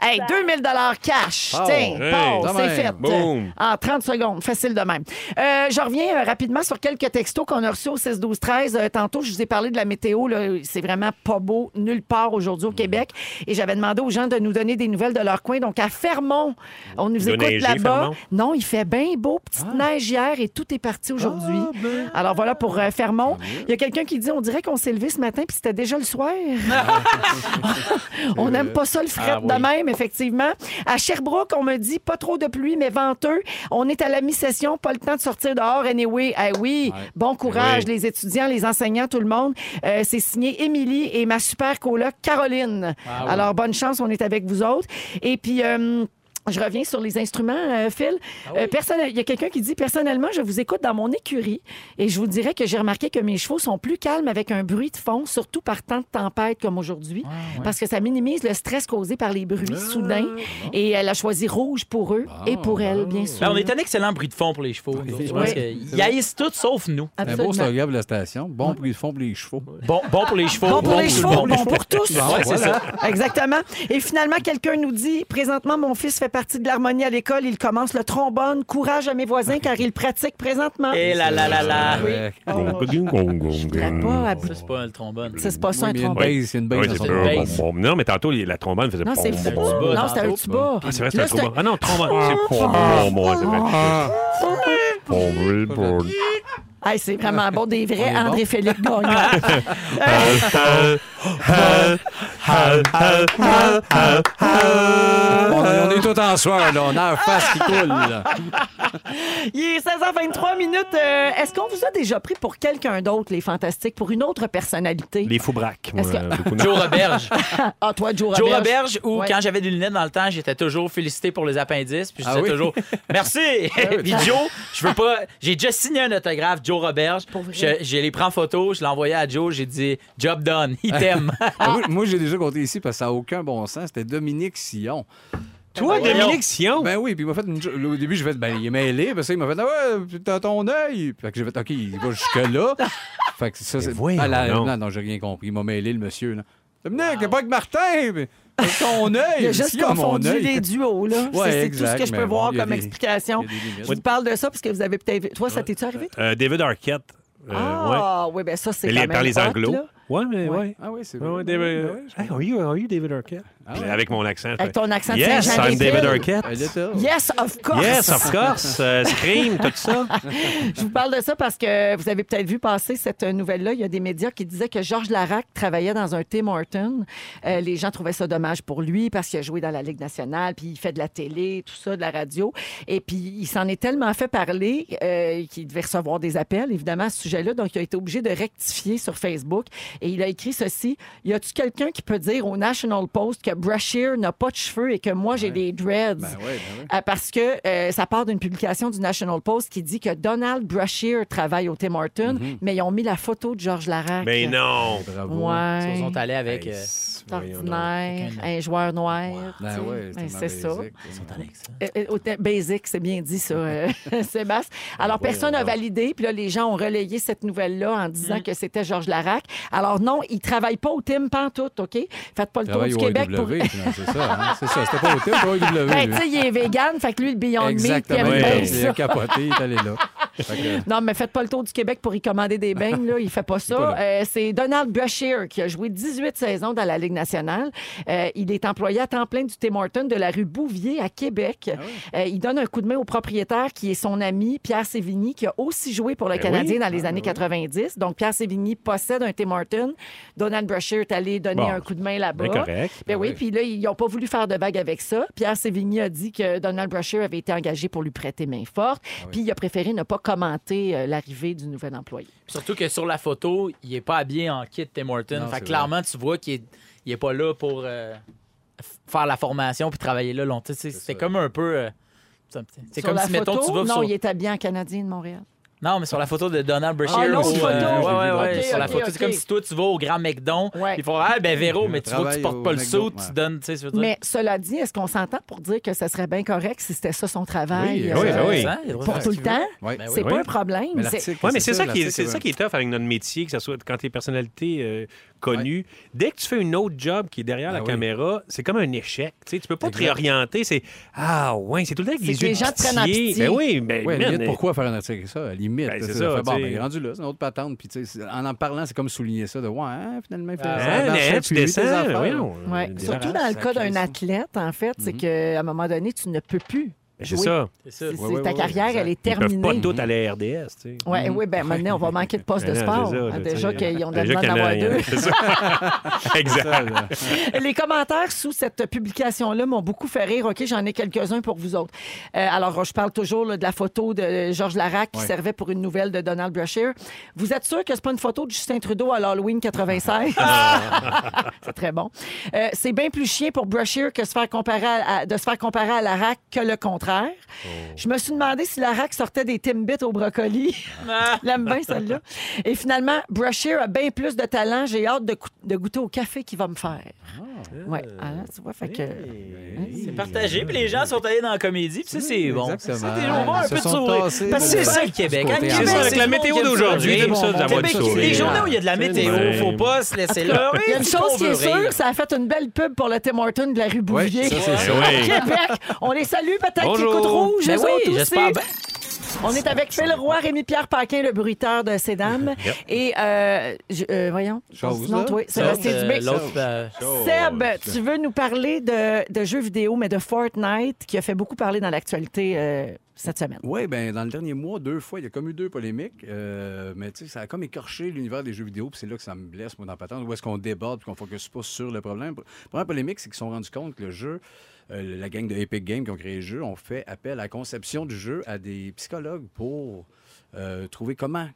C: Hey, 2000 cash.
B: Pow.
C: Tiens,
A: Oh, Hey,
C: pow,
B: de
C: c'est
B: même.
C: fait.
A: Boum.
C: En 30 secondes, facile de même. Euh, je reviens euh, rapidement sur quelques textos qu'on a reçus au 6 12 13 Euh, tantôt, je vous ai parlé de la météo. là. C'est vraiment pas beau nulle part aujourd'hui au Québec. Et j'avais demandé aux gens de nous donner des nouvelles de leur coin. Donc, à Fermont, on nous
A: Il a
C: écoute
A: neigé,
C: là-bas.
A: Fermont? Ah.
C: Non, il fait bien beau. Petite neige hier et tout est parti aujourd'hui.
A: ben.
C: Alors, voilà pour euh, Fermont. Il y a quelqu'un qui dit on dirait qu'on s'est levé ce matin puis c'était déjà le soir. On n'aime pas ça, le fret
B: Ah oui.
C: de même, effectivement. À Sherbrooke, on me dit pas trop de pluie, mais venteux. On est à la mi-session, pas le temps de sortir dehors. Anyway, ah oui,
B: Ouais. Eh
C: bon courage,
A: Oui.
C: les étudiants, les enseignants, tout le monde. Euh, C'est signé Émilie et ma super coloc Caroline.
B: Ah oui.
C: Alors, bonne chance, on est avec vous autres. Et puis. euh, je reviens sur les instruments, euh, Phil.
B: Ah
C: Euh, personnel- Il y a quelqu'un qui dit personnellement, je vous écoute dans mon écurie et je vous dirais que j'ai remarqué que mes chevaux sont plus calmes avec un bruit de fond, surtout par temps de tempête comme
B: Ah
C: aujourd'hui, parce que ça minimise le stress causé par les bruits
B: Euh,
C: soudains. Et elle a choisi rouge pour eux
B: Ah,
C: et pour elle, bien sûr.
E: Ben, on est un excellent bruit de fond pour les chevaux. nous autres. Je pense
C: Oui. Ah.
E: qu'ils haïssent tout sauf nous.
B: Un
C: Absolument.
B: beau slogan pour la station. Bon pour les fonds pour les chevaux.
E: Bon, bon pour les chevaux.
C: Bon pour les
E: tout le
C: chevaux,
E: monde. Ben
C: bon pour tous.
E: Ouais, c'est ça.
C: Exactement. Et finalement, quelqu'un nous dit présentement, mon fils fait partie de l'harmonie à l'école. Il commence le trombone. Courage à mes voisins car il pratique présentement.
E: Et là là là là.
B: Avec-
A: Gong, gong, gong, gong,
C: Ah, Je l'ai
A: gong.
C: pas à-
E: Ça, c'est pas le trombone.
C: Ça, c'est pas Ah, ça,
B: Oui,
C: un
B: mais il y a une
C: trombone.
B: base, il y a une base
A: Oui,
B: dans
A: c'est
B: son
A: Ben, ça.
E: une
B: nom.
E: base.
A: Bon, bon. Non, mais tantôt, les- la trombone faisait...
C: Non, c'est
A: bon,
C: faux.
A: bon, bon.
C: Non, c'était un
E: tantôt.
C: tuba.
A: Ah, c'est vrai, c'est
C: Là,
A: un trombone.
C: c'était-
A: Ah non, trombone. C'est bon, bon, bon, c'est vrai. Bon, bon, bon.
C: Hey, c'est vraiment bon, des vrais
B: On est bon.
C: André-Philippe Gagnon.
B: Bon, on est tout en soir, là. On a la face qui coule. là.
C: Ah. Il est 16h23 minutes. Euh, Est-ce qu'on vous a déjà pris pour quelqu'un d'autre, les Fantastiques, pour une autre personnalité?
A: Les fous braques. moi,
C: Est-ce que-
A: beaucoup, non.
E: Joe Roberge.
C: Ah, toi, Joe
E: Joe
C: Roberge.
E: Roberge, où
C: Ouais.
E: quand j'avais des lunettes dans le temps, j'étais toujours félicité pour les appendices. Puis je
B: Ah
E: disais
B: oui?
E: toujours merci. puis Joe, je veux pas. J'ai déjà signé un autographe, Joe Roberge.
C: vrai?
E: Je, je les prends en photo, je l'ai envoyé à Joe, j'ai dit job done, il t'aime.
B: Ah, moi- Moi, j'ai déjà compté ici parce que ça n'a aucun bon sens. C'était Dominique Sillon.
A: Toi, Dominique
C: Oh.
A: Sion.
B: Ben oui, puis il m'a fait une... jo- Au début, j'ai fait, ben, il est mêlé. Parce que il m'a fait, ah ouais, t'as ton œil. Fait que j'ai fait, OK, il va jusque-là. fait que ça, c'est.
A: Ben voyons
B: Ah, là,
A: donc.
B: non, non, j'ai rien compris. Il m'a mêlé, le monsieur, là. Dominique, il a pas que Martin. mais- Ton œil.
C: Il a juste
B: Sillon, mon
C: confondu
B: œil.
C: les duos, là.
B: Ouais,
C: C'est- c'est tout
B: exact,
C: ce que je peux
B: mais bon,
C: voir
B: il y a
C: comme
B: des-
C: explication.
B: il y a des limites.
C: Je vous parle de ça parce que vous avez peut-être... Toi, ça t'est-tu arrivé? toi?
A: Euh, David Arquette. Euh, ouais.
C: ah, oui, bien ça, c'est
A: Mais
C: quand
A: les-
C: même
A: par les
C: hot,
A: Anglo.
C: là.
A: Ouais, mais
C: Ouais.
A: ouais.
B: Ah oui, c'est
A: Ouais,
B: vrai. Ben
A: ouais, David. Hey, are you, are you David Arquette? Puis Avec mon accent. je
C: Avec ton accent de
A: fais, Yes,
C: Saint-Jean-des-Villes.
A: I'm David Arquette.
B: Elle est là.
C: Yes, of course.
A: Yes, of course. Euh, scream, tout ça.
C: Je vous parle de ça parce que vous avez peut-être vu passer cette nouvelle-là. Il y a des médias qui disaient que Georges Larac travaillait dans un Tim Horton. Euh, les gens trouvaient ça dommage pour lui parce qu'il a joué dans la Ligue nationale, puis il fait de la télé, tout ça, de la radio. Et puis, il s'en est tellement fait parler euh, qu'il devait recevoir des appels, évidemment, à ce sujet-là. Donc, il a été obligé de rectifier sur Facebook. Et il a écrit ceci. Y a-tu quelqu'un qui peut dire au National Post que Brashear n'a pas de cheveux et que moi, j'ai des dreads?
B: Ben ouais, ben ouais.
C: Euh, parce que euh, ça part d'une publication du National Post qui dit que Donald Brashear travaille au Tim Horton, mais ils ont mis la photo de Georges Larac.
A: Mais Ben, non.
B: Ben Bravo.
E: Ils sont
C: Ouais.
E: allés avec. euh,
C: C'est ordinaire,
E: Quelqu'un
C: un joueur noir. tu
B: Ben
C: sais.
B: ouais,
C: Ben,
B: tellement
C: c'est ça.
B: basique.
E: Alex.
C: Euh, euh, au Tim- Basic, c'est bien dit ça, euh, Sébastien.
B: Ben,
C: Alors, personne n'a validé, puis là, les gens ont relayé cette nouvelle-là en disant que c'était Georges Larac. Alors non, il travaille pas au Tim Pantoute, OK? Faites pas le tour
B: Travaille
C: du
B: au
C: Québec
B: IW,
C: pour...
B: finalement, c'est ça. hein. C'est ça, c'était pas au thème, au IW.
C: Ben, tu sais, il est vegan, fait que lui, le Beyond Meat, il aime
B: Exactement.
C: bien
B: Il
C: ça.
B: a capoté, il est allé là. Fait que,
C: Non, mais faites pas le tour du Québec pour y commander des beignes, là. Il fait pas ça.
B: Pas là.
C: Euh, c'est Donald Brashear qui a joué 18 saisons dans la Ligue nationale. Euh, il est employé à temps plein du Tim Horton de la rue Bouvier à Québec. Euh, il donne un coup de main au propriétaire qui est son ami, Pierre Sévigny, qui a aussi joué pour le Canadien dans les années 90. Donc, Pierre Sévigny possède un Tim Horton. Donald Brashear est allé donner
A: Bon.
C: un coup de main là-bas.
A: Ben, correct.
C: Ben oui, puis là, ils n'ont pas voulu faire de vague avec ça. Pierre Sévigny a dit que Donald Brashear avait été engagé pour lui prêter main forte, puis il a préféré ne pas commenter euh, l'arrivée du nouvel employé.
E: Surtout que sur la photo, il est pas habillé en kit Tim Horton.
B: Non,
E: fait
B: c'est
E: que clairement, tu vois qu'il est, il est pas là pour euh, f- faire la formation puis travailler là longtemps. Tu sais, C'était comme un peu. euh, c'est un petit- c'est
C: Sur
E: comme
C: la
E: si, mettons,
C: photo,
E: tu vas
C: Non,
E: sur.
C: il est habillé en Canadien de Montréal.
E: Non, mais sur la photo de Donald Brashear.
C: Ah, l'autre
E: au,
C: photo.
E: ouais, ouais, ouais,
C: Ok,
E: sur la
C: ok,
E: photo.
C: ok.
E: C'est comme si toi, tu vas au Grand McDon.
C: Ouais.
E: Ils font Ah, ben Véro, mais tu vois que
B: Travaille
E: tu
B: au
E: portes pas le saut,
B: McDo,
E: tu
B: ouais.
E: donnes, tu sais, je veux dire.
C: Mais cela dit, est-ce qu'on s'entend pour dire que ça serait bien correct si c'était ça son travail euh,
B: Oui,
A: ben oui.
E: Hein, il y a le droit de
C: pour
E: faire
C: tout
E: ce
C: le
E: qu'il veut.
C: temps?
B: Ouais.
E: Ben oui.
C: C'est
A: oui.
C: pas un problème.
B: Mais
C: c'est-
B: l'article,
A: Oui, mais c'est ça, qui est,
B: l'article,
A: c'est ça qui est tough avec notre métier, que ça soit quand tu es personnalité euh, connue. Dès que tu fais une autre job qui est derrière la
B: Ah oui.
A: caméra, c'est comme un échec. Tu sais, tu peux pas te
B: Exact.
A: réorienter. C'est Ah, ouais, c'est tout le temps avec
C: C'est
A: les
C: que
A: yeux
C: les
A: de
C: gens te prennent en
A: pitié.
C: pitié.
A: Ben oui, ben,
B: Ouais, à la
A: man,
B: limite,
A: euh,
B: pourquoi faire un article avec ça? À la limite,
A: Ben,
B: là,
A: c'est
B: ça,
A: ça,
B: fait, bon,
A: tu sais.
B: ben, rendu là, c'est une autre patente. Puis, tu sais, c'est- en en parlant, c'est comme souligner ça de ouais, hein, finalement, il fait ça
A: hein,
B: marchait
A: hein,
B: plus,
A: tu
B: tes
A: descends.
B: affaires.
A: voyons,
C: Ouais.
A: euh, des
C: Surtout
A: barrages.
C: dans le cas d'un
B: sacré, ça.
C: athlète, en fait, c'est
B: Mhm.
C: qu'à un moment donné, tu ne peux plus.
A: Ben, C'est
C: Oui.
A: ça.
E: C'est ça.
C: C'est-
B: Ouais,
C: c'est-
B: ouais,
C: ta
B: ouais,
C: carrière,
B: exact.
C: elle est
A: Ils peuvent pas
C: terminée.
A: tout à la RDS. tu sais.
C: Oui, oui, ben, bien, maintenant, on va manquer de postes de
A: Ben non,
C: sport.
A: Mm. c'est ça,
C: Ah,
A: je
C: déjà
A: sais.
C: qu'ils ont de la
A: Déjà
C: demande
A: qu'il y en
C: d'en
A: a-
C: avoir
A: il y en a-
C: deux.
A: c'est ça. exact.
C: Les commentaires sous cette publication-là m'ont beaucoup fait rire. OK, j'en ai quelques-uns pour vous autres. Euh, alors, je parle toujours là, de la photo de Georges Larac qui
B: Ouais.
C: servait pour une nouvelle de Donald Brashear. Vous êtes sûr que c'est pas une photo de Justin Trudeau à l'Halloween 96? c'est très bon. Euh, c'est bien plus chiant pour Brashear que se faire comparer à- à- de se faire comparer à Larac que le contraire. Je me suis demandé si Larac sortait des Timbits au brocoli. Je L'aime bien, celle-là. Et finalement, Brashear a bien plus de talent. J'ai hâte de, cou- de goûter au café qu'il va me faire. Ouais,
A: Euh,
C: ah, tu vois, fait que. hein,
E: C'est partagé, puis les gens sont allés dans la comédie, puis ça, c'est bon.
B: Exactement.
E: Ça, les gens vont
B: Ils
E: un
B: se
E: peu de
B: sont
E: sourire.
B: tassés
E: Parce que c'est
B: de-
E: ça, le Québec.
B: côté
E: hein, le
B: en
E: Québec,
B: bas.
E: c'est
A: Avec la
E: le monde
A: météo
E: qui aime
A: d'aujourd'hui,
E: sourire.
A: j'aime ça, d'avoir
E: Québec,
A: du sourire.
E: Les journées où il y a de la
A: Ouais.
E: météo, faut pas se laisser là.
C: Il y a une chose qui est sûre, ça a fait une belle pub pour le Tim Horton de la rue
B: Ouais,
C: Bouvier.
B: ça, c'est sûr.
A: Ouais.
C: Québec, on les salue, peut-être qu'ils
A: Bonjour.
C: écoutent rouge.
E: Ben
C: eux
E: oui,
C: autres aussi.
E: j'espère bien.
C: On est avec Phil Roy, Rémi-Pierre Paquin, le bruiteur de ces dames. Et, euh, je- euh, voyons,
B: Chose,
C: non,
B: là.
C: toi,
E: C'est
C: Sébastien Dubé.
E: euh, l'autre.
C: Seb, tu veux nous parler de, de jeux vidéo, mais de Fortnite, qui a fait beaucoup parler dans l'actualité euh, cette semaine.
B: Oui, ben dans le dernier mois, deux fois, il y a comme eu deux polémiques. euh, mais tu sais, ça a comme écorché l'univers des jeux vidéo, puis c'est là que ça me blesse, moi, dans Patente. Où est-ce qu'on déborde puis qu'on focus pas sur le problème? La première polémique, c'est qu'ils se sont rendus compte que le jeu, euh, la gang de Epic Games qui ont créé le jeu, ont fait appel à la conception du jeu à des psychologues pour euh, trouver comment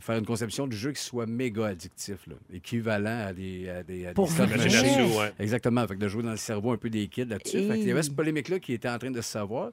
B: faire une conception du jeu qui soit méga addictif, là, équivalent à des... À des, à des
C: Pour
B: stocks
C: vrai?
B: de
A: Imagine
B: chips.
A: à nous, ouais.
B: Exactement. Fait que de jouer dans le cerveau un peu des kids là-dessus. Fait qu'il y avait cette polémique-là qui était en train de se savoir.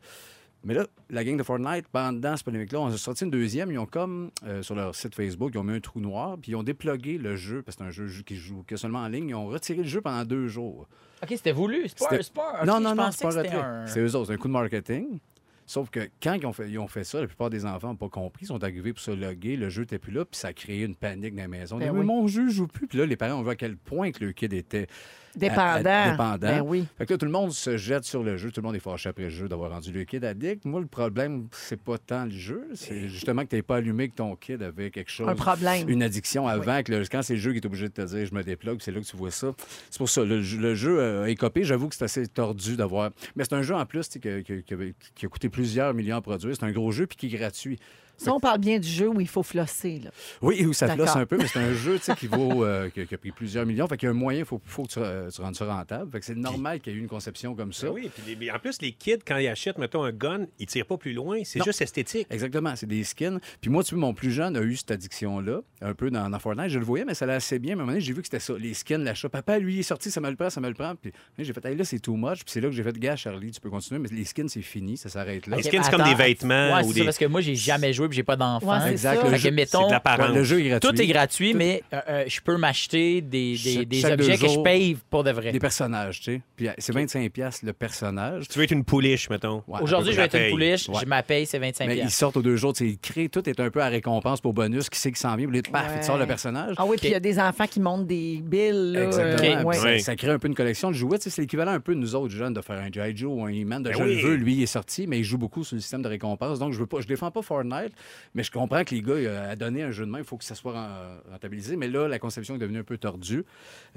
B: Mais là, la gang de Fortnite, pendant cette polémique-là, on a sorti une deuxième. Ils ont comme, euh, sur leur site Facebook, ils ont mis un trou noir, puis ils ont déplogué le jeu, parce que c'est un jeu ju- qui se joue que seulement en ligne. Ils ont retiré le jeu pendant deux jours.
E: OK, c'était voulu. C'est pas
B: C'était-
E: un sport.
B: non, non, non, c'est pas un retrait. C'est eux autres, c'est un coup de marketing. Sauf que quand ils ont, fait, ils ont fait ça, la plupart des enfants n'ont pas compris. Ils sont arrivés pour se loguer, le jeu n'était plus là, puis ça a créé une panique dans la maison.
C: Ben
B: Ils disaient,
C: oui.
B: Mon jeu joue plus. Puis là, les parents ont vu à quel point que le kid était
C: Dépendant.
B: à- à- dépendant.
C: Ben oui.
B: Fait que là, tout le monde se jette sur le jeu. Tout le monde est fâché après le jeu d'avoir rendu le kid addict. Moi, le problème, c'est pas tant le jeu. C'est justement que t'es pas allumé que ton kid avait quelque chose.
C: Un problème.
B: Une addiction avant. que le- quand c'est le jeu qui est obligé de te dire je me déplogue, c'est là que tu vois ça. C'est pour ça. Le, jeu- le jeu euh, est copié. J'avoue que c'est assez tordu d'avoir. Mais c'est un jeu en plus tu sais, que- que- que- qui a coûté plusieurs millions à produire. C'est un gros jeu puis qui est gratuit.
C: Ça, on parle bien du jeu où il faut flosser. Là.
B: Oui, et où ça flosse
C: D'accord.
B: un peu, mais c'est un jeu tu sais, qui vaut euh, qui, qui a pris plusieurs millions. Fait qu'il y a un moyen, il faut, faut que tu, euh, tu rendes ça rentable. Fait que c'est normal qu'il y ait eu une conception comme ça.
A: Ben Oui, puis les- en plus, les kids, quand ils achètent, mettons, un gun, ils tirent pas plus loin. C'est
B: Non.
A: juste esthétique.
B: Exactement, c'est des skins. Puis moi, tu vois, mon plus jeune a eu cette addiction-là, un peu dans, dans Fortnite. Je le voyais, mais ça allait assez bien. Mais à un moment donné, j'ai vu que c'était ça, les skins, l'achat. Papa, lui, il est sorti, ça me le prend, ça me le prend. Puis là, j'ai fait, Hey, là, c'est too much. Puis c'est là que j'ai fait, gars, Charlie, tu peux continuer, mais les skins, c'est fini, ça s'arrête là.
A: Les skins, c'est comme des vêtements
E: Ouais,
A: ou
E: c'est
A: des.
E: ça, parce que moi, j'ai jamais joué, puis j'ai pas d'enfant.
C: Ouais, c'est
B: Exact,
C: ça.
B: le
E: Fait que,
B: jeu,
A: C'est
E: mettons,
A: de l'apparence.
B: Ouais, le jeu est gratuit.
E: tout est gratuit,
B: Tout-
E: mais euh, euh, je peux m'acheter des, des,
B: Chaque-
E: des
B: chaque deux
E: objets que je
B: jours,
E: paye pour de vrai.
B: Des personnages, tu sais. Puis euh, c'est 25$ piastres, le personnage.
A: Tu veux être une pouliche, mettons.
B: Ouais, à peu
E: Aujourd'hui, je vais être une pouliche,
B: Ouais.
E: je m'appelle, c'est 25
B: Mais ils
E: piastres.
B: sortent aux deux jours, tu sais, ils créent, tout est un peu à récompense pour bonus, qui sait qui s'en vient, puis là, paf,
C: Ouais.
B: tu sors le personnage.
C: Ah oui, puis il y a des enfants qui montent des billes. là,
B: Exactement.
C: euh,
E: Ok.
C: ouais.
B: Puis
A: Ouais.
B: Ça, ça crée un peu une collection de jouets. Tu sais, C'est l'équivalent un peu de nous autres jeunes de faire un G.I. Joe ou un He-Man. De
A: Ben
B: je le
A: oui.
B: veux, lui, il est sorti, mais il joue beaucoup sur le système de récompense. Donc, je veux pas, je défends pas Fortnite, mais je comprends que les gars, euh, à donner un jeu de main, il faut que ça soit ren- rentabilisé. Mais là, la conception est devenue un peu tordue.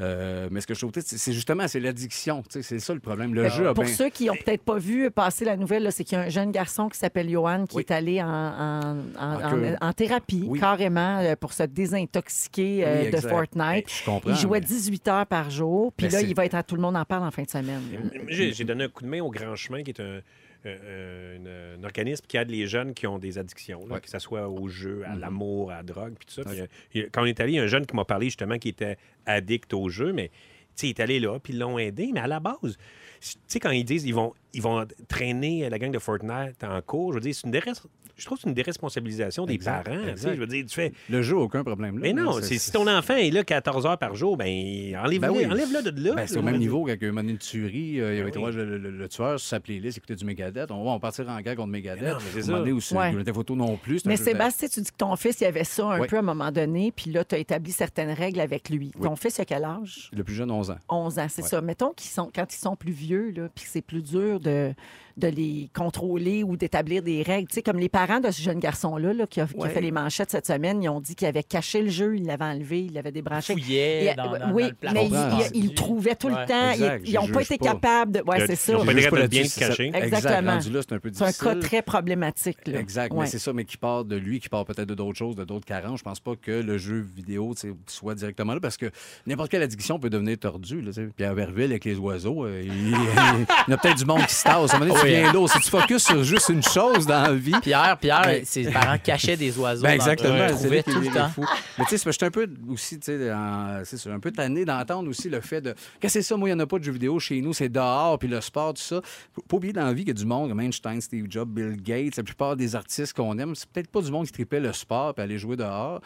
B: Euh, mais ce que je trouve, tu sais, c'est c'est justement c'est l'addiction. Tu sais, C'est ça le problème. Le jeu a
C: Ben, Pour
B: bien-
C: ceux qui n'ont peut-être pas vu passer la nouvelle, là, c'est qu'il y a un jeune garçon qui s'appelle Johan qui
B: Oui.
C: est allé en, en- en-
B: En queue.
C: en- en thérapie,
B: Oui.
C: carrément, euh, pour se désintoxiquer euh,
B: Oui,
C: de
B: exact. Ben,
C: Fortnite.
B: Je comprends.
C: Il jouait
B: mais-
C: 18 heures par jour, puis
B: Mais
C: là,
B: c'est-
C: il va être à Tout le monde en parle en fin de semaine.
A: Moi, J'ai j'ai donné un coup de main au Grand Chemin, qui est un, euh, un, euh, un organisme qui aide les jeunes qui ont des addictions, là,
B: Ouais.
A: que ce soit au jeu, à
B: Mhm.
A: l'amour, à la drogue, puis tout ça. Puis,
B: Ouais.
A: euh, il- quand on est allé, il y a un jeune qui m'a parlé justement qui était addict au jeu, mais tu sais, il est allé là, puis ils l'ont aidé, mais à la base, tu sais, quand ils disent ils vont ils vont traîner la gang de Fortnite en cours. Je veux dire, c'est une déré- je trouve que c'est une déresponsabilisation des
B: Exact,
A: parents. tu sais.
B: exact.
A: Je veux dire, tu fais.
B: Le jeu, aucun problème. Là,
A: Mais non,
B: Là,
A: c'est- si ton enfant est là 14 heures par jour, ben enlève-le
B: Ben oui.
A: enlève-le de là.
B: Ben, c'est au
A: là.
B: même niveau qu'à un moment donné, une tuerie. euh, il y avait
A: Ben oui.
B: été voir le, le- le tueur sur sa playlist, écouter du Megadeth. On va en partir en guerre contre Megadeth.
A: Mais non, mais c'est
B: Au
A: ça.
B: moment donné aussi,
C: Ouais.
B: il y a des photos non plus. c'est un
C: Mais
B: jeu de-
C: Sébastien, tu dis que ton fils, il y avait ça un
B: Oui.
C: peu à un moment donné, puis là, tu as établi certaines règles avec lui.
B: Oui.
C: Ton fils, il a quel âge?
B: ben, Le plus jeune, 11 ans.
C: 11 ans, c'est
B: Ouais.
C: ça. Mettons qu'ils sont, quand ils sont plus vieux, là, puis que c'est plus dur de, de les contrôler ou d'établir des règles. Tu sais, comme les parents de ce jeune garçon-là, là, qui, a, qui a
B: Ouais.
C: fait les manchettes cette semaine, ils ont dit qu'il avait caché le jeu, il l'avait enlevé, il l'avait débranché.
E: fouillait
C: Il-
E: dans, dans- dans
C: oui,
E: le plafond. Ah,
C: mais
B: il-
C: ils
B: il-
C: il le trouvaient tout
E: Ouais.
C: le temps. Ils-
B: Exact, je
C: ils n'ont pas
B: juge
C: été
B: pas.
C: capables de.
A: Ils
C: Ouais,
A: ont-
C: c'est
A: ils
C: ça.
A: ont pas
B: Juste
A: de
B: pas
A: règles de
B: là-dessus,
A: bien le
B: c'est ça.
A: cacher.
B: Exact.
C: Exactement.
B: Rendu là, c'est un peu
C: C'est
B: difficile.
C: un cas très problématique. là.
B: Exact,
C: Ouais.
B: mais c'est ça, mais qui part de lui, qui part peut-être de d'autres choses, de d'autres carences. Je pense pas que le jeu vidéo tu sais, soit directement là, parce que n'importe quelle addiction peut devenir tordue. Là, tu sais. Pierre Verville avec les oiseaux, euh, il, il- il y a peut-être du monde qui se tasse. À un moment donné,
A: Oh,
B: tu viens d'eau. Si tu focuses sur juste une chose dans la vie,
E: Pierre, Pierre,
B: Ben-
E: ses parents cachaient des oiseaux.
B: Ben
E: dans-
B: exactement,
E: ils
B: c'est lui
E: trouvaient
B: qui
E: tout
B: est-
E: le
B: il est
E: temps.
B: fou. Mais tu sais, c'est parce que je suis un peu aussi, tu sais, en- c'est ça, un peu tanné d'entendre aussi le fait de. Qu'est-ce que c'est ça, moi, il n'y en a pas de jeux vidéo chez nous, c'est dehors, puis le sport, tout ça. Faut pas oublier dans la vie qu'il y a du monde, comme Einstein, Steve Jobs, Bill Gates, la plupart des artistes qu'on aime, c'est peut-être pas du monde qui tripait le sport puis aller jouer dehors.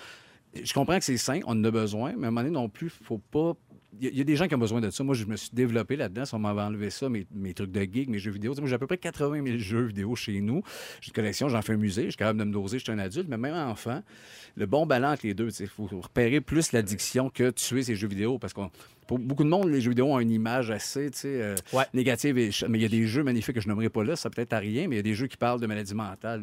B: Je comprends que c'est sain, on en a besoin, mais à un moment donné non plus, faut pas. Il y a- il y, a des gens qui ont besoin de ça. Moi, je me suis développé là-dedans. Si on m'avait enlevé ça, mes, mes trucs de geek, mes jeux vidéo. Tu sais, Moi, j'ai à peu près 80 000 jeux vidéo chez nous. J'ai une collection, j'en fais un musée. Je suis capable de me doser, je suis un adulte, mais même enfant, le bon balance entre les deux. Il faut repérer plus l'addiction que tuer ces jeux vidéo parce qu'on. Pour beaucoup de monde, les jeux vidéo ont une image assez tu sais, euh,
E: Ouais.
B: négative. Et ch- mais il y a des jeux magnifiques que je nommerai pas là, ça peut-être à rien, mais il y a des jeux qui parlent de maladies mentales,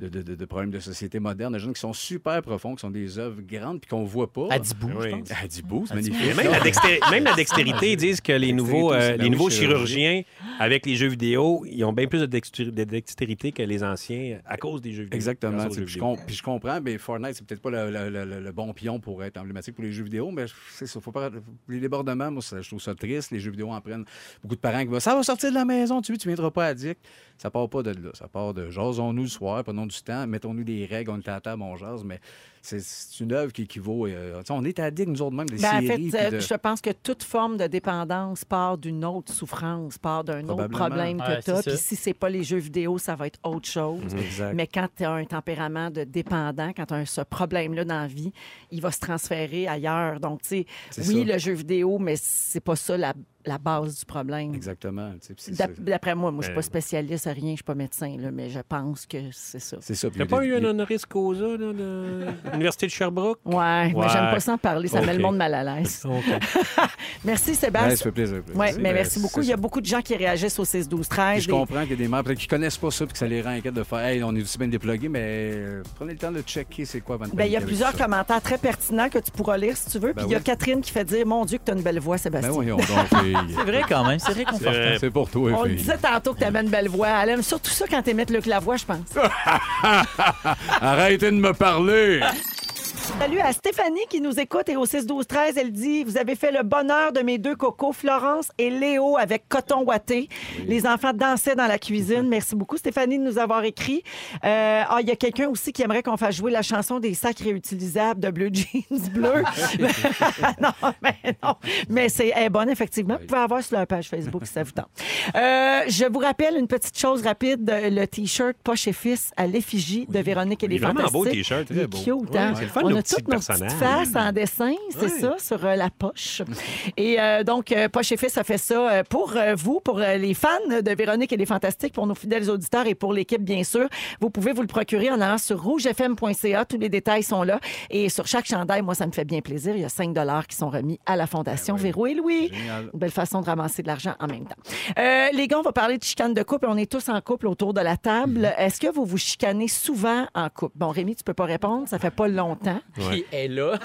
B: de, de- de- de problèmes de société moderne, de gens qui sont super profonds, qui sont des œuvres grandes, puis qu'on voit pas.
E: À Dibou,
A: Oui.
E: je pense.
B: À Dibou, c'est
A: Mais
B: magnifique.
A: même, la dexté- même la dextérité, ils disent que les nouveaux, euh,
B: aussi, ben
A: les
B: oui,
A: nouveaux
B: chirurgien.
A: chirurgiens, avec les jeux vidéo, ils ont bien plus de, dextu- de dextérité que les anciens à cause des jeux vidéo.
B: Exactement.
A: Grâce aux
B: tu sais,
A: jeux
B: Puis je,
A: vidéo.
B: com- puis je comprends, mais Fortnite, c'est peut-être pas le, le- le- le- le bon pion pour être emblématique pour les jeux vidéo, mais c'est ça. Faut pas... Les débordements, moi, ça- je trouve ça triste. Les jeux vidéo en prennent beaucoup de parents qui vont Ça va sortir de la maison, tu veux, tu viendras pas addict. Ça part pas de là. Ça part de jasons-nous le soir, prenons du temps, mettons-nous des règles, on est à la table, on jase, mais c'est- c'est une œuvre qui équivaut. euh, tu sais, on est addict, nous autres, même, des
C: Ben, en
B: séries.
C: fait,
B: puis
C: euh,
B: de-
C: je pense que toute forme de dépendance part d'une autre souffrance, part d'un autre
B: Probablement.
C: problème que
E: Ouais,
C: tu as.
E: c'est
C: Puis
E: ça.
C: si c'est pas les jeux vidéo, ça va être autre chose.
B: Exact.
C: Mais quand tu as un tempérament de dépendant, quand tu as ce problème-là dans la vie, il va se transférer ailleurs. Donc, tu sais,
B: C'est
C: oui,
B: ça.
C: le jeu vidéo, mais c'est pas ça la, la base du problème.
B: Exactement. tu sais, puis c'est ça.
C: D'ap- D'après moi, moi, je suis
A: Ben.
C: pas spécialiste à rien, je suis pas médecin, là, mais je pense que c'est ça.
B: C'est ça. puis
A: T'as
B: il y a
A: pas
B: des-
A: eu un
B: des-
A: honoris causa là, de l'Université de Sherbrooke?
C: Ouais, mais j'aime pas ça en parler, ça met
A: Ok.
C: le monde mal à l'aise. Merci
B: Ouais,
C: Sébastien.
B: ça fait plaisir, ça fait
C: Oui,
B: plaisir.
C: mais
B: Ben,
C: merci beaucoup.
B: c'est
C: Il y a
B: ça.
C: beaucoup de gens qui réagissent au 6 12
B: Puis
C: 13
B: je comprends qu'il y a des mères peut-être qui connaissent pas ça puis que ça les rend inquiètes de faire Hey, on est aussi bien déplogués, mais euh, prenez le temps de checker c'est quoi avant de
C: Ben, il y a
B: paniquer avec
C: plusieurs
B: ça. Ben
C: commentaires très pertinents que tu pourras lire si tu veux. Puis il y a
B: oui.
C: Catherine qui fait dire Mon Dieu, que tu as une belle voix,
B: Ben
C: Sébastien.
B: voyons donc, fille.
E: C'est vrai quand même, c'est réconfortant.
A: Euh,
B: C'est pour toi,
C: On le
B: fille.
C: disait tantôt que tu avais une belle voix. Elle aime surtout ça quand t'émites le clavois, je pense.
B: Arrêtez de me parler!
C: Salut à Stéphanie qui nous écoute et au 6-12-13, elle dit Vous avez fait le bonheur de mes deux cocos, Florence et Léo, avec coton ouaté. Les enfants dansaient dans la cuisine. Merci beaucoup, Stéphanie, de nous avoir écrit. Euh, ah, il y a quelqu'un aussi qui aimerait qu'on fasse jouer la chanson des sacs réutilisables de Blue Jeans Bleu. non, mais non. Mais c'est elle est bonne, effectivement. Vous pouvez avoir sur leur page Facebook si ça vous tente. Euh, je vous rappelle une petite chose rapide le T-shirt Poche et Fils à l'effigie de Véronique et
A: Il est
C: les
A: vraiment beau,
C: Fantastiques.
A: T-shirt, très
C: Il est
A: beau.
C: cute,
A: Ouais,
C: hein?
A: c'est le fun,
C: On
A: nos
C: a
A: petits
C: toutes nos petites
A: personnages.
C: faces en dessin, c'est ça, sur euh, la poche. Et euh, donc, euh, Poche et Fils a fait ça euh, pour euh, vous, pour euh, les fans de Véronique et les Fantastiques, pour nos fidèles auditeurs et pour l'équipe, bien sûr. Vous pouvez vous le procurer en allant sur rougefm.ca. Tous les détails sont là. Et sur chaque chandail, moi, ça me fait bien plaisir. Il y a 5 qui sont remis à la Fondation Véro et Louis.
B: Génial.
C: Une belle façon de ramasser de l'argent en même temps. Euh, les gars, on va parler de chicane de couple. On est tous en couple autour de la table. Est-ce que vous vous chicanez souvent en couple? Bon, Rémi, tu peux pas répondre. Ça fait pas longtemps.
E: Qui est là?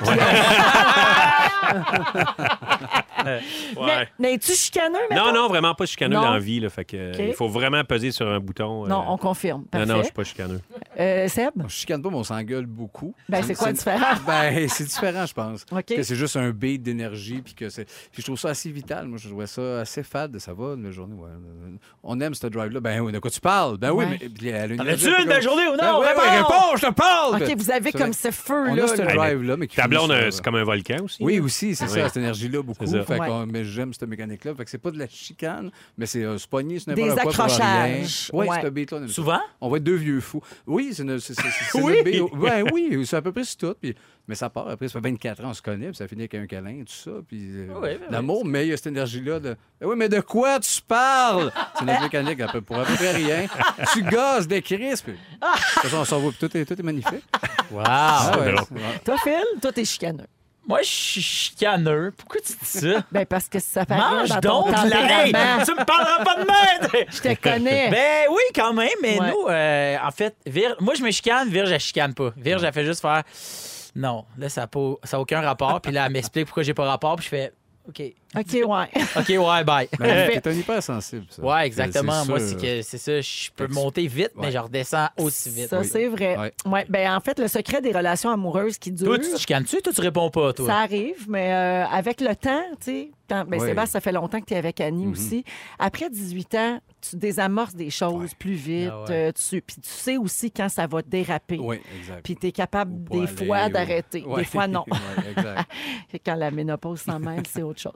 A: Ouais.
C: Mais, mais es-tu chicaneux,
A: Non,
C: mettons?
A: non, vraiment pas chicaneux
C: Non.
A: dans la vie. Là, fait que, euh,
C: OK.
A: Il faut vraiment peser sur un bouton. euh,
C: Non, on confirme.
A: non,
C: Parfait.
A: non, je suis pas chicaneux.
C: Euh, Seb?
B: On se chicane pas, mais on s'engueule beaucoup.
C: Ben, c'est quoi le différent?
B: Ben, c'est différent, je pense.
C: OK.
B: Que c'est juste un beat d'énergie, puis que c'est. Puis je trouve ça assez vital. Moi, je trouvais ça assez fade. Ça va, une belle journée. ouais. On aime ce drive-là. Ben oui, de quoi tu parles? Ben oui,
C: Ouais.
B: mais. puis elle a une
E: T'en
B: énergie,
E: as-tu
B: puis
E: une belle
B: comme-
E: journée ou non?
B: Ben oui,
E: Réponds!
B: oui, réponds, je te parle!
C: OK, vous avez
B: C'est
C: comme
B: vrai.
C: ce
B: On
C: feu-là.
B: a ce
C: là.
B: drive-là, mais qui
A: Ta
B: finit
A: blonde,
B: sur-
A: euh, c'est comme un volcan aussi.
B: Oui, aussi, c'est
A: Ouais.
B: ça, cette énergie-là, beaucoup.
A: C'est ça.
B: Fait
C: Ouais.
B: qu'on- mais j'aime cette mécanique-là. Fait que c'est pas de la chicane, mais c'est euh, se pogner, c'est
C: Des
B: n'importe quoi.
C: accrochages.
B: Oui,
C: Ouais.
B: c'est un beat-là. on aime ça.
E: Souvent?
B: On va être deux vieux fous. Oui, c'est une- c'est- c'est- c'est- c'est
A: Oui.
B: notre bio. Ouais, oui, c'est à peu près c'est tout. Puis, mais ça part après, ça fait 24 ans, on se connaît, puis ça finit avec un câlin, tout ça. Puis euh,
E: Ouais, ben
B: l'amour, mais il y a cette énergie-là de. Ben oui, mais de quoi tu parles? C'est notre mécanique à peu- pour à peu près rien. tu gosses des crisps. De toute façon, on s'en va, puis tout est, tout est magnifique.
E: Wow!
B: Ah
A: ben non.
B: c'est vrai.
C: Toi, Phil, toi, t'es chicaneux.
E: Moi, je suis chicaneux. Pourquoi tu dis ça?
C: Ben, parce que ça paraît
E: Mange
C: dans
E: donc
C: ton
E: de la... Hey,
C: tempérament.
E: Tu me parleras pas de merde!
C: Je te connais.
E: Ben oui, quand même, mais
C: Ouais.
E: nous, euh, en fait, Vir- moi, je me chicane, Virge, elle chicane pas. Virge, elle fait juste faire non, là, ça n'a ça a aucun rapport. Puis là, elle m'explique pourquoi j'ai pas rapport, puis je fais OK,
C: OK, ouais.
E: OK, ouais, bye.
B: Ben, t'es un hypersensible, ça. Euh,
E: ouais, exactement.
B: C'est
E: Moi,
B: sûr.
E: c'est que c'est ça, je peux
B: Fait que-
E: monter vite, mais
B: Ouais.
E: je redescends aussi vite.
C: Ça,
B: oui.
C: c'est vrai.
B: Ouais.
C: Ouais. Ben, en fait, le secret des relations amoureuses qui durent,
E: Toi, tu te chicanes-tu? Toi, tu réponds pas, toi.
C: ça arrive, mais euh, avec le temps, tu sais, quand- ben,
B: Ouais.
C: Sébastien, ça fait longtemps que tu es avec Annie aussi. Après 18 ans, tu désamorces des choses plus vite.
E: Ah ouais.
C: euh, tu, puis tu sais aussi quand ça va déraper.
B: Oui, exact.
C: Puis tu es capable
B: Ou pas
C: des
B: aller,
C: fois
B: ou-
C: d'arrêter,
B: Ouais.
C: des fois non.
B: Ouais, exact.
C: Et Quand la ménopause s'en mêle, c'est autre chose.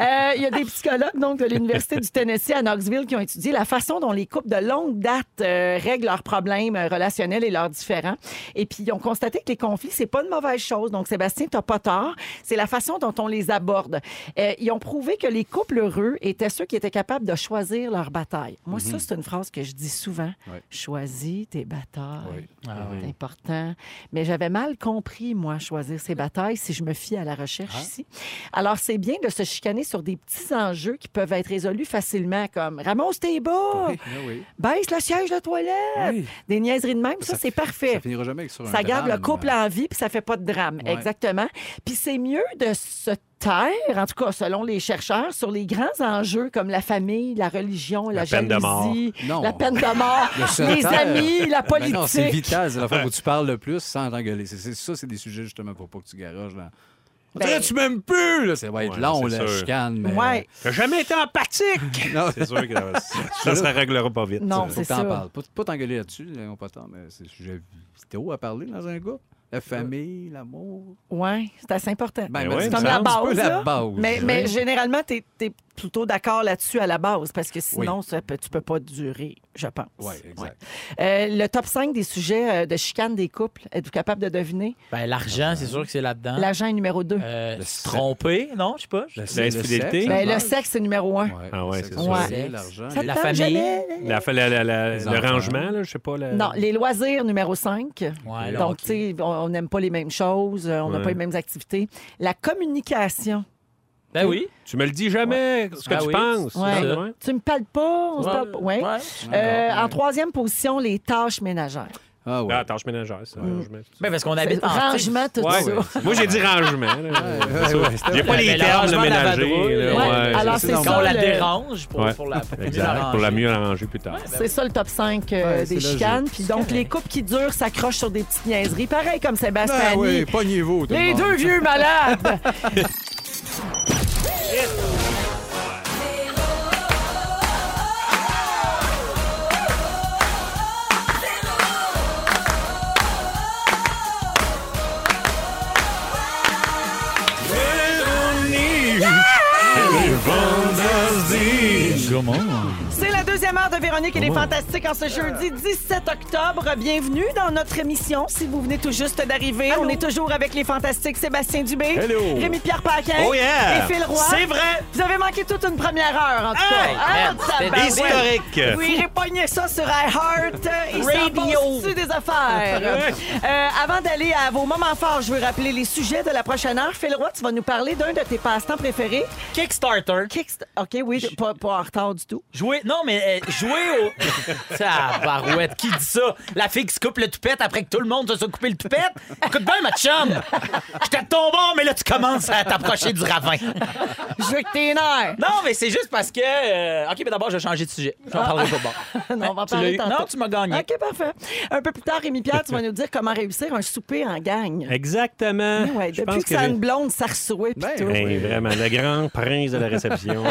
C: Euh, Il y a des psychologues donc, de l'Université du Tennessee à Knoxville qui ont étudié la façon dont les couples de longue date euh, règlent leurs problèmes euh, relationnels et leurs différends. Et puis, ils ont constaté que les conflits, c'est pas une mauvaise chose. Donc, Sébastien, t'as pas tort. C'est la façon dont on les aborde. Euh, ils ont prouvé que les couples heureux étaient ceux qui étaient capables de choisir leur bataille. Moi, ça, c'est une phrase que je dis souvent.
B: Mm-hmm. Ouais.
C: Choisis tes batailles.
B: Oui.
E: Ah
B: Mm.
C: C'est important. Mais j'avais mal compris, moi, choisir ces batailles si je me fie à la recherche
B: Ah.
C: ici. Alors, c'est bien de se chicaner sur des petits enjeux qui peuvent être résolus facilement, comme ramasse tes bas,
B: Oui, oui.
C: baisse le siège de toilette,
B: Oui.
C: des niaiseries de même. Ça,
B: Ça
C: c'est
B: Ça
C: parfait.
B: finira jamais sur un
C: Ça garde le
B: drame.
C: couple en vie, puis ça fait pas de drame.
B: Ouais.
C: Exactement. Puis c'est mieux de se taire, en tout cas selon les chercheurs, sur les grands enjeux comme la famille, la religion, la,
A: peine de mort.
C: jalousie,
B: Non.
C: la peine de mort,
B: Le
C: les
B: solitaire.
C: amis, la
B: Ben
C: politique.
B: non, c'est vital, c'est la fois où tu parles le plus sans t'engueuler. C'est- C'est ça, c'est des sujets justement pour pas que tu garages là. On
C: Ben-
B: dirait que tu m'aimes plus! Là, ça va être
A: Ouais,
B: long,
A: c'est
B: la
A: sûr.
B: chicane. Mais...
C: Ouais.
A: J'ai jamais été empathique!
B: Non.
A: C'est sûr que ça, ça se réglera pas vite.
C: Non,
B: Faut
C: c'est
B: que t'en
C: ça.
B: parles. Pas, pas t'engueuler là-dessus, là, on pas tant, mais c'est des sujets vitaux à parler dans un groupe. La famille, l'amour.
C: Oui, c'est assez important.
A: Ben
B: mais
A: ouais,
B: c'est
A: me
C: Comme la
B: un petit peu
C: base.
B: la
C: là.
B: base.
C: Mais,
B: oui.
C: mais généralement, tu es, plutôt d'accord là-dessus à la base, parce que sinon, ça peut- tu peux pas durer, je pense.
B: Ouais, exact.
C: Ouais. Euh, le top 5 des sujets euh, de chicane des couples, êtes-vous capable de deviner?
E: Ben, l'argent, c'est sûr que c'est là-dedans.
C: L'agent est numéro 2.
E: Hein? Euh,
B: Le
E: se
B: stress.
E: tromper, non, je sais pas.
B: Le-
A: La infidélité.
B: sexe,
C: Ben,
B: la
C: le
B: base.
C: sexe, c'est numéro 1.
B: Ouais,
A: Ah ouais,
B: le
A: c'est
B: sexe,
A: sûr.
B: la
E: Ouais.
B: vie, l'argent.
C: Ça te
E: La
C: tente
E: famille.
C: jamais?
A: La, la- la- la-
B: Les
A: le
B: enfants.
A: rangement, là, je sais pas. la-
C: Non, les loisirs, numéro 5.
E: Ouais, là,
C: Donc,
E: ok.
C: tu sais, on- on n'aime pas les mêmes choses, euh, on n'a
A: Ouais.
C: pas les mêmes activités. La communication.
E: Ben oui.
A: Tu me le dis jamais, ce que
E: Ah
A: tu
E: oui.
A: penses.
C: Ouais.
A: Ah, ouais.
C: Tu me parles pas, on se parle pas. Ouais.
E: Ouais.
C: Euh,
B: Ouais.
C: En troisième position, les tâches ménagères.
B: Ah ouais.
A: Ah, tâche ménagère, ça. rangement.
E: Ben, parce
A: Ah,
E: qu'on habite en.
C: Rangement, tout
A: Ouais.
C: ça.
B: Ben
A: Moi, j'ai dit rangement. là.
B: Ouais, ouais, c'était-
A: J'ai pas
E: Ben,
A: les
E: le
A: termes de
E: rangement de la
A: ménager.
E: vadrouille,
A: là,
E: ouais.
A: ouais,
C: Alors,
B: c'est
C: c'est
E: Quand on
C: ça.
E: la
C: le-
E: dérange pour,
A: Ouais.
E: pour la pour mieux
A: Exact, pour
E: la
A: la
E: ranger.
A: mieux arranger plus tard.
C: C'est ça le top 5 euh,
B: Ouais, c'est
C: des
B: logique.
C: chicanes. Puis donc, les couples qui durent s'accrochent sur des petites niaiseries. Pareil comme Sébastien.
B: Ben
C: Annie.
B: oui, pognez-vous. tout le
C: les
B: monde.
C: deux vieux malades.
E: Ah,
C: C'est la deuxième heure de Véronique et les Fantastiques en ce jeudi 17 octobre. Bienvenue dans notre émission. Si vous venez tout juste d'arriver, on est toujours avec les Fantastiques Sébastien Dubé,
A: Hello.
C: Rémi-Pierre Paquin
A: Oh yeah.
C: et Phil Roy.
E: C'est vrai!
C: Vous avez manqué toute une première heure, en tout cas.
E: Hey,
C: Ah,
E: man,
C: tabarouette.
E: c'était
A: historique.
C: Oui, j'ai pogné ça sur iHeart. euh, Il
E: Radio.
C: Radio. des affaires. Euh, avant d'aller à vos moments forts, je veux rappeler les sujets de la prochaine heure. Phil Roy, tu vas nous parler d'un de tes passe-temps préférés.
E: Kickstarter.
C: Kickst- OK, oui, pas, pas en tard du tout.
E: Jouer, non, mais euh, jouer au. Tabarouette, qui dit ça? La fille qui se coupe le toupette après que tout le monde se soit coupé le toupette? Écoute bien, ma chum! J'étais tombé, mais là, tu commences à t'approcher du ravin.
C: Je veux que t'es nerfs.
E: Non, mais c'est juste parce que. euh, OK, mais d'abord, je vais changer de sujet. Je n'en parlerai pas bon.
C: Non, on va en
E: Ben, Tu l'as
C: parler
E: eu?
C: tantôt.
E: Non, tu m'as gagné.
C: OK, parfait. Un peu plus tard, Rémi-Pierre, tu vas nous dire comment réussir un souper en gang.
A: Exactement.
C: Ben Ouais,
A: Je
C: depuis
A: pense
C: que ça a
A: j'ai-
C: une blonde, ça ressouait.
B: Ben,
A: Ben, Vraiment, le grand prince de la réception.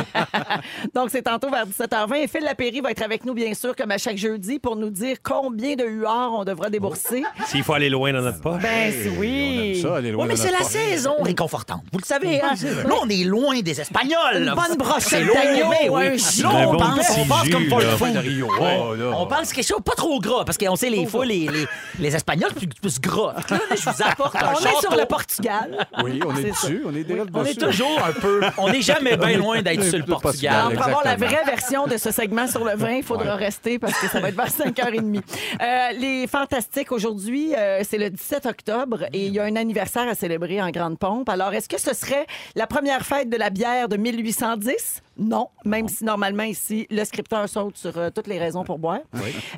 C: Donc, c'est tantôt vers 17h20. Et Phil Lapéry va être avec nous, bien sûr, comme à chaque jeudi, pour nous dire combien de huards on devra débourser.
A: S'il faut aller loin dans notre poche.
C: Ben, si oui.
B: On aime ça, aller loin
E: Oui, mais
B: dans
E: c'est
B: notre
E: la
B: porte.
E: saison réconfortante. Vous le savez, hein? Là, on est loin des Espagnols.
C: Une
E: là.
C: bonne
E: C'est
C: brochette
E: loin,
C: d'agneau
E: mais
C: ou un
E: oui.
C: gigot.
E: Là, on
A: bon
E: pense,
A: petit
E: on pense comme
A: jus,
E: pas le
A: là.
E: fou.
A: Ouais, de
B: Rio, oh, là.
E: On pense quelque chose pas trop gras, parce qu'on sait, les fois, les, les, les Espagnols, c'est plus gras. Fait que Là, je vous apporte un
C: On est sur
E: château.
C: le Portugal.
B: Oui, on est,
C: C'est ça.
B: dessus, on est déjà
E: On est
B: dessus.
E: toujours un peu... On n'est jamais bien loin d'être
B: est
E: sur le
B: plus
E: Portugal.
C: Alors, pour avoir la
B: Exactement.
C: vraie version de ce segment sur le vin, il faudra rester parce que ça va être vers 5h30. Euh, les Fantastiques, aujourd'hui, euh, c'est le 17 octobre et il y a un anniversaire à célébrer en grande pompe. Alors, est-ce que ce serait la première fête de la bière de 1810? Non, même si normalement ici, le scripteur saute sur euh, toutes les raisons pour boire.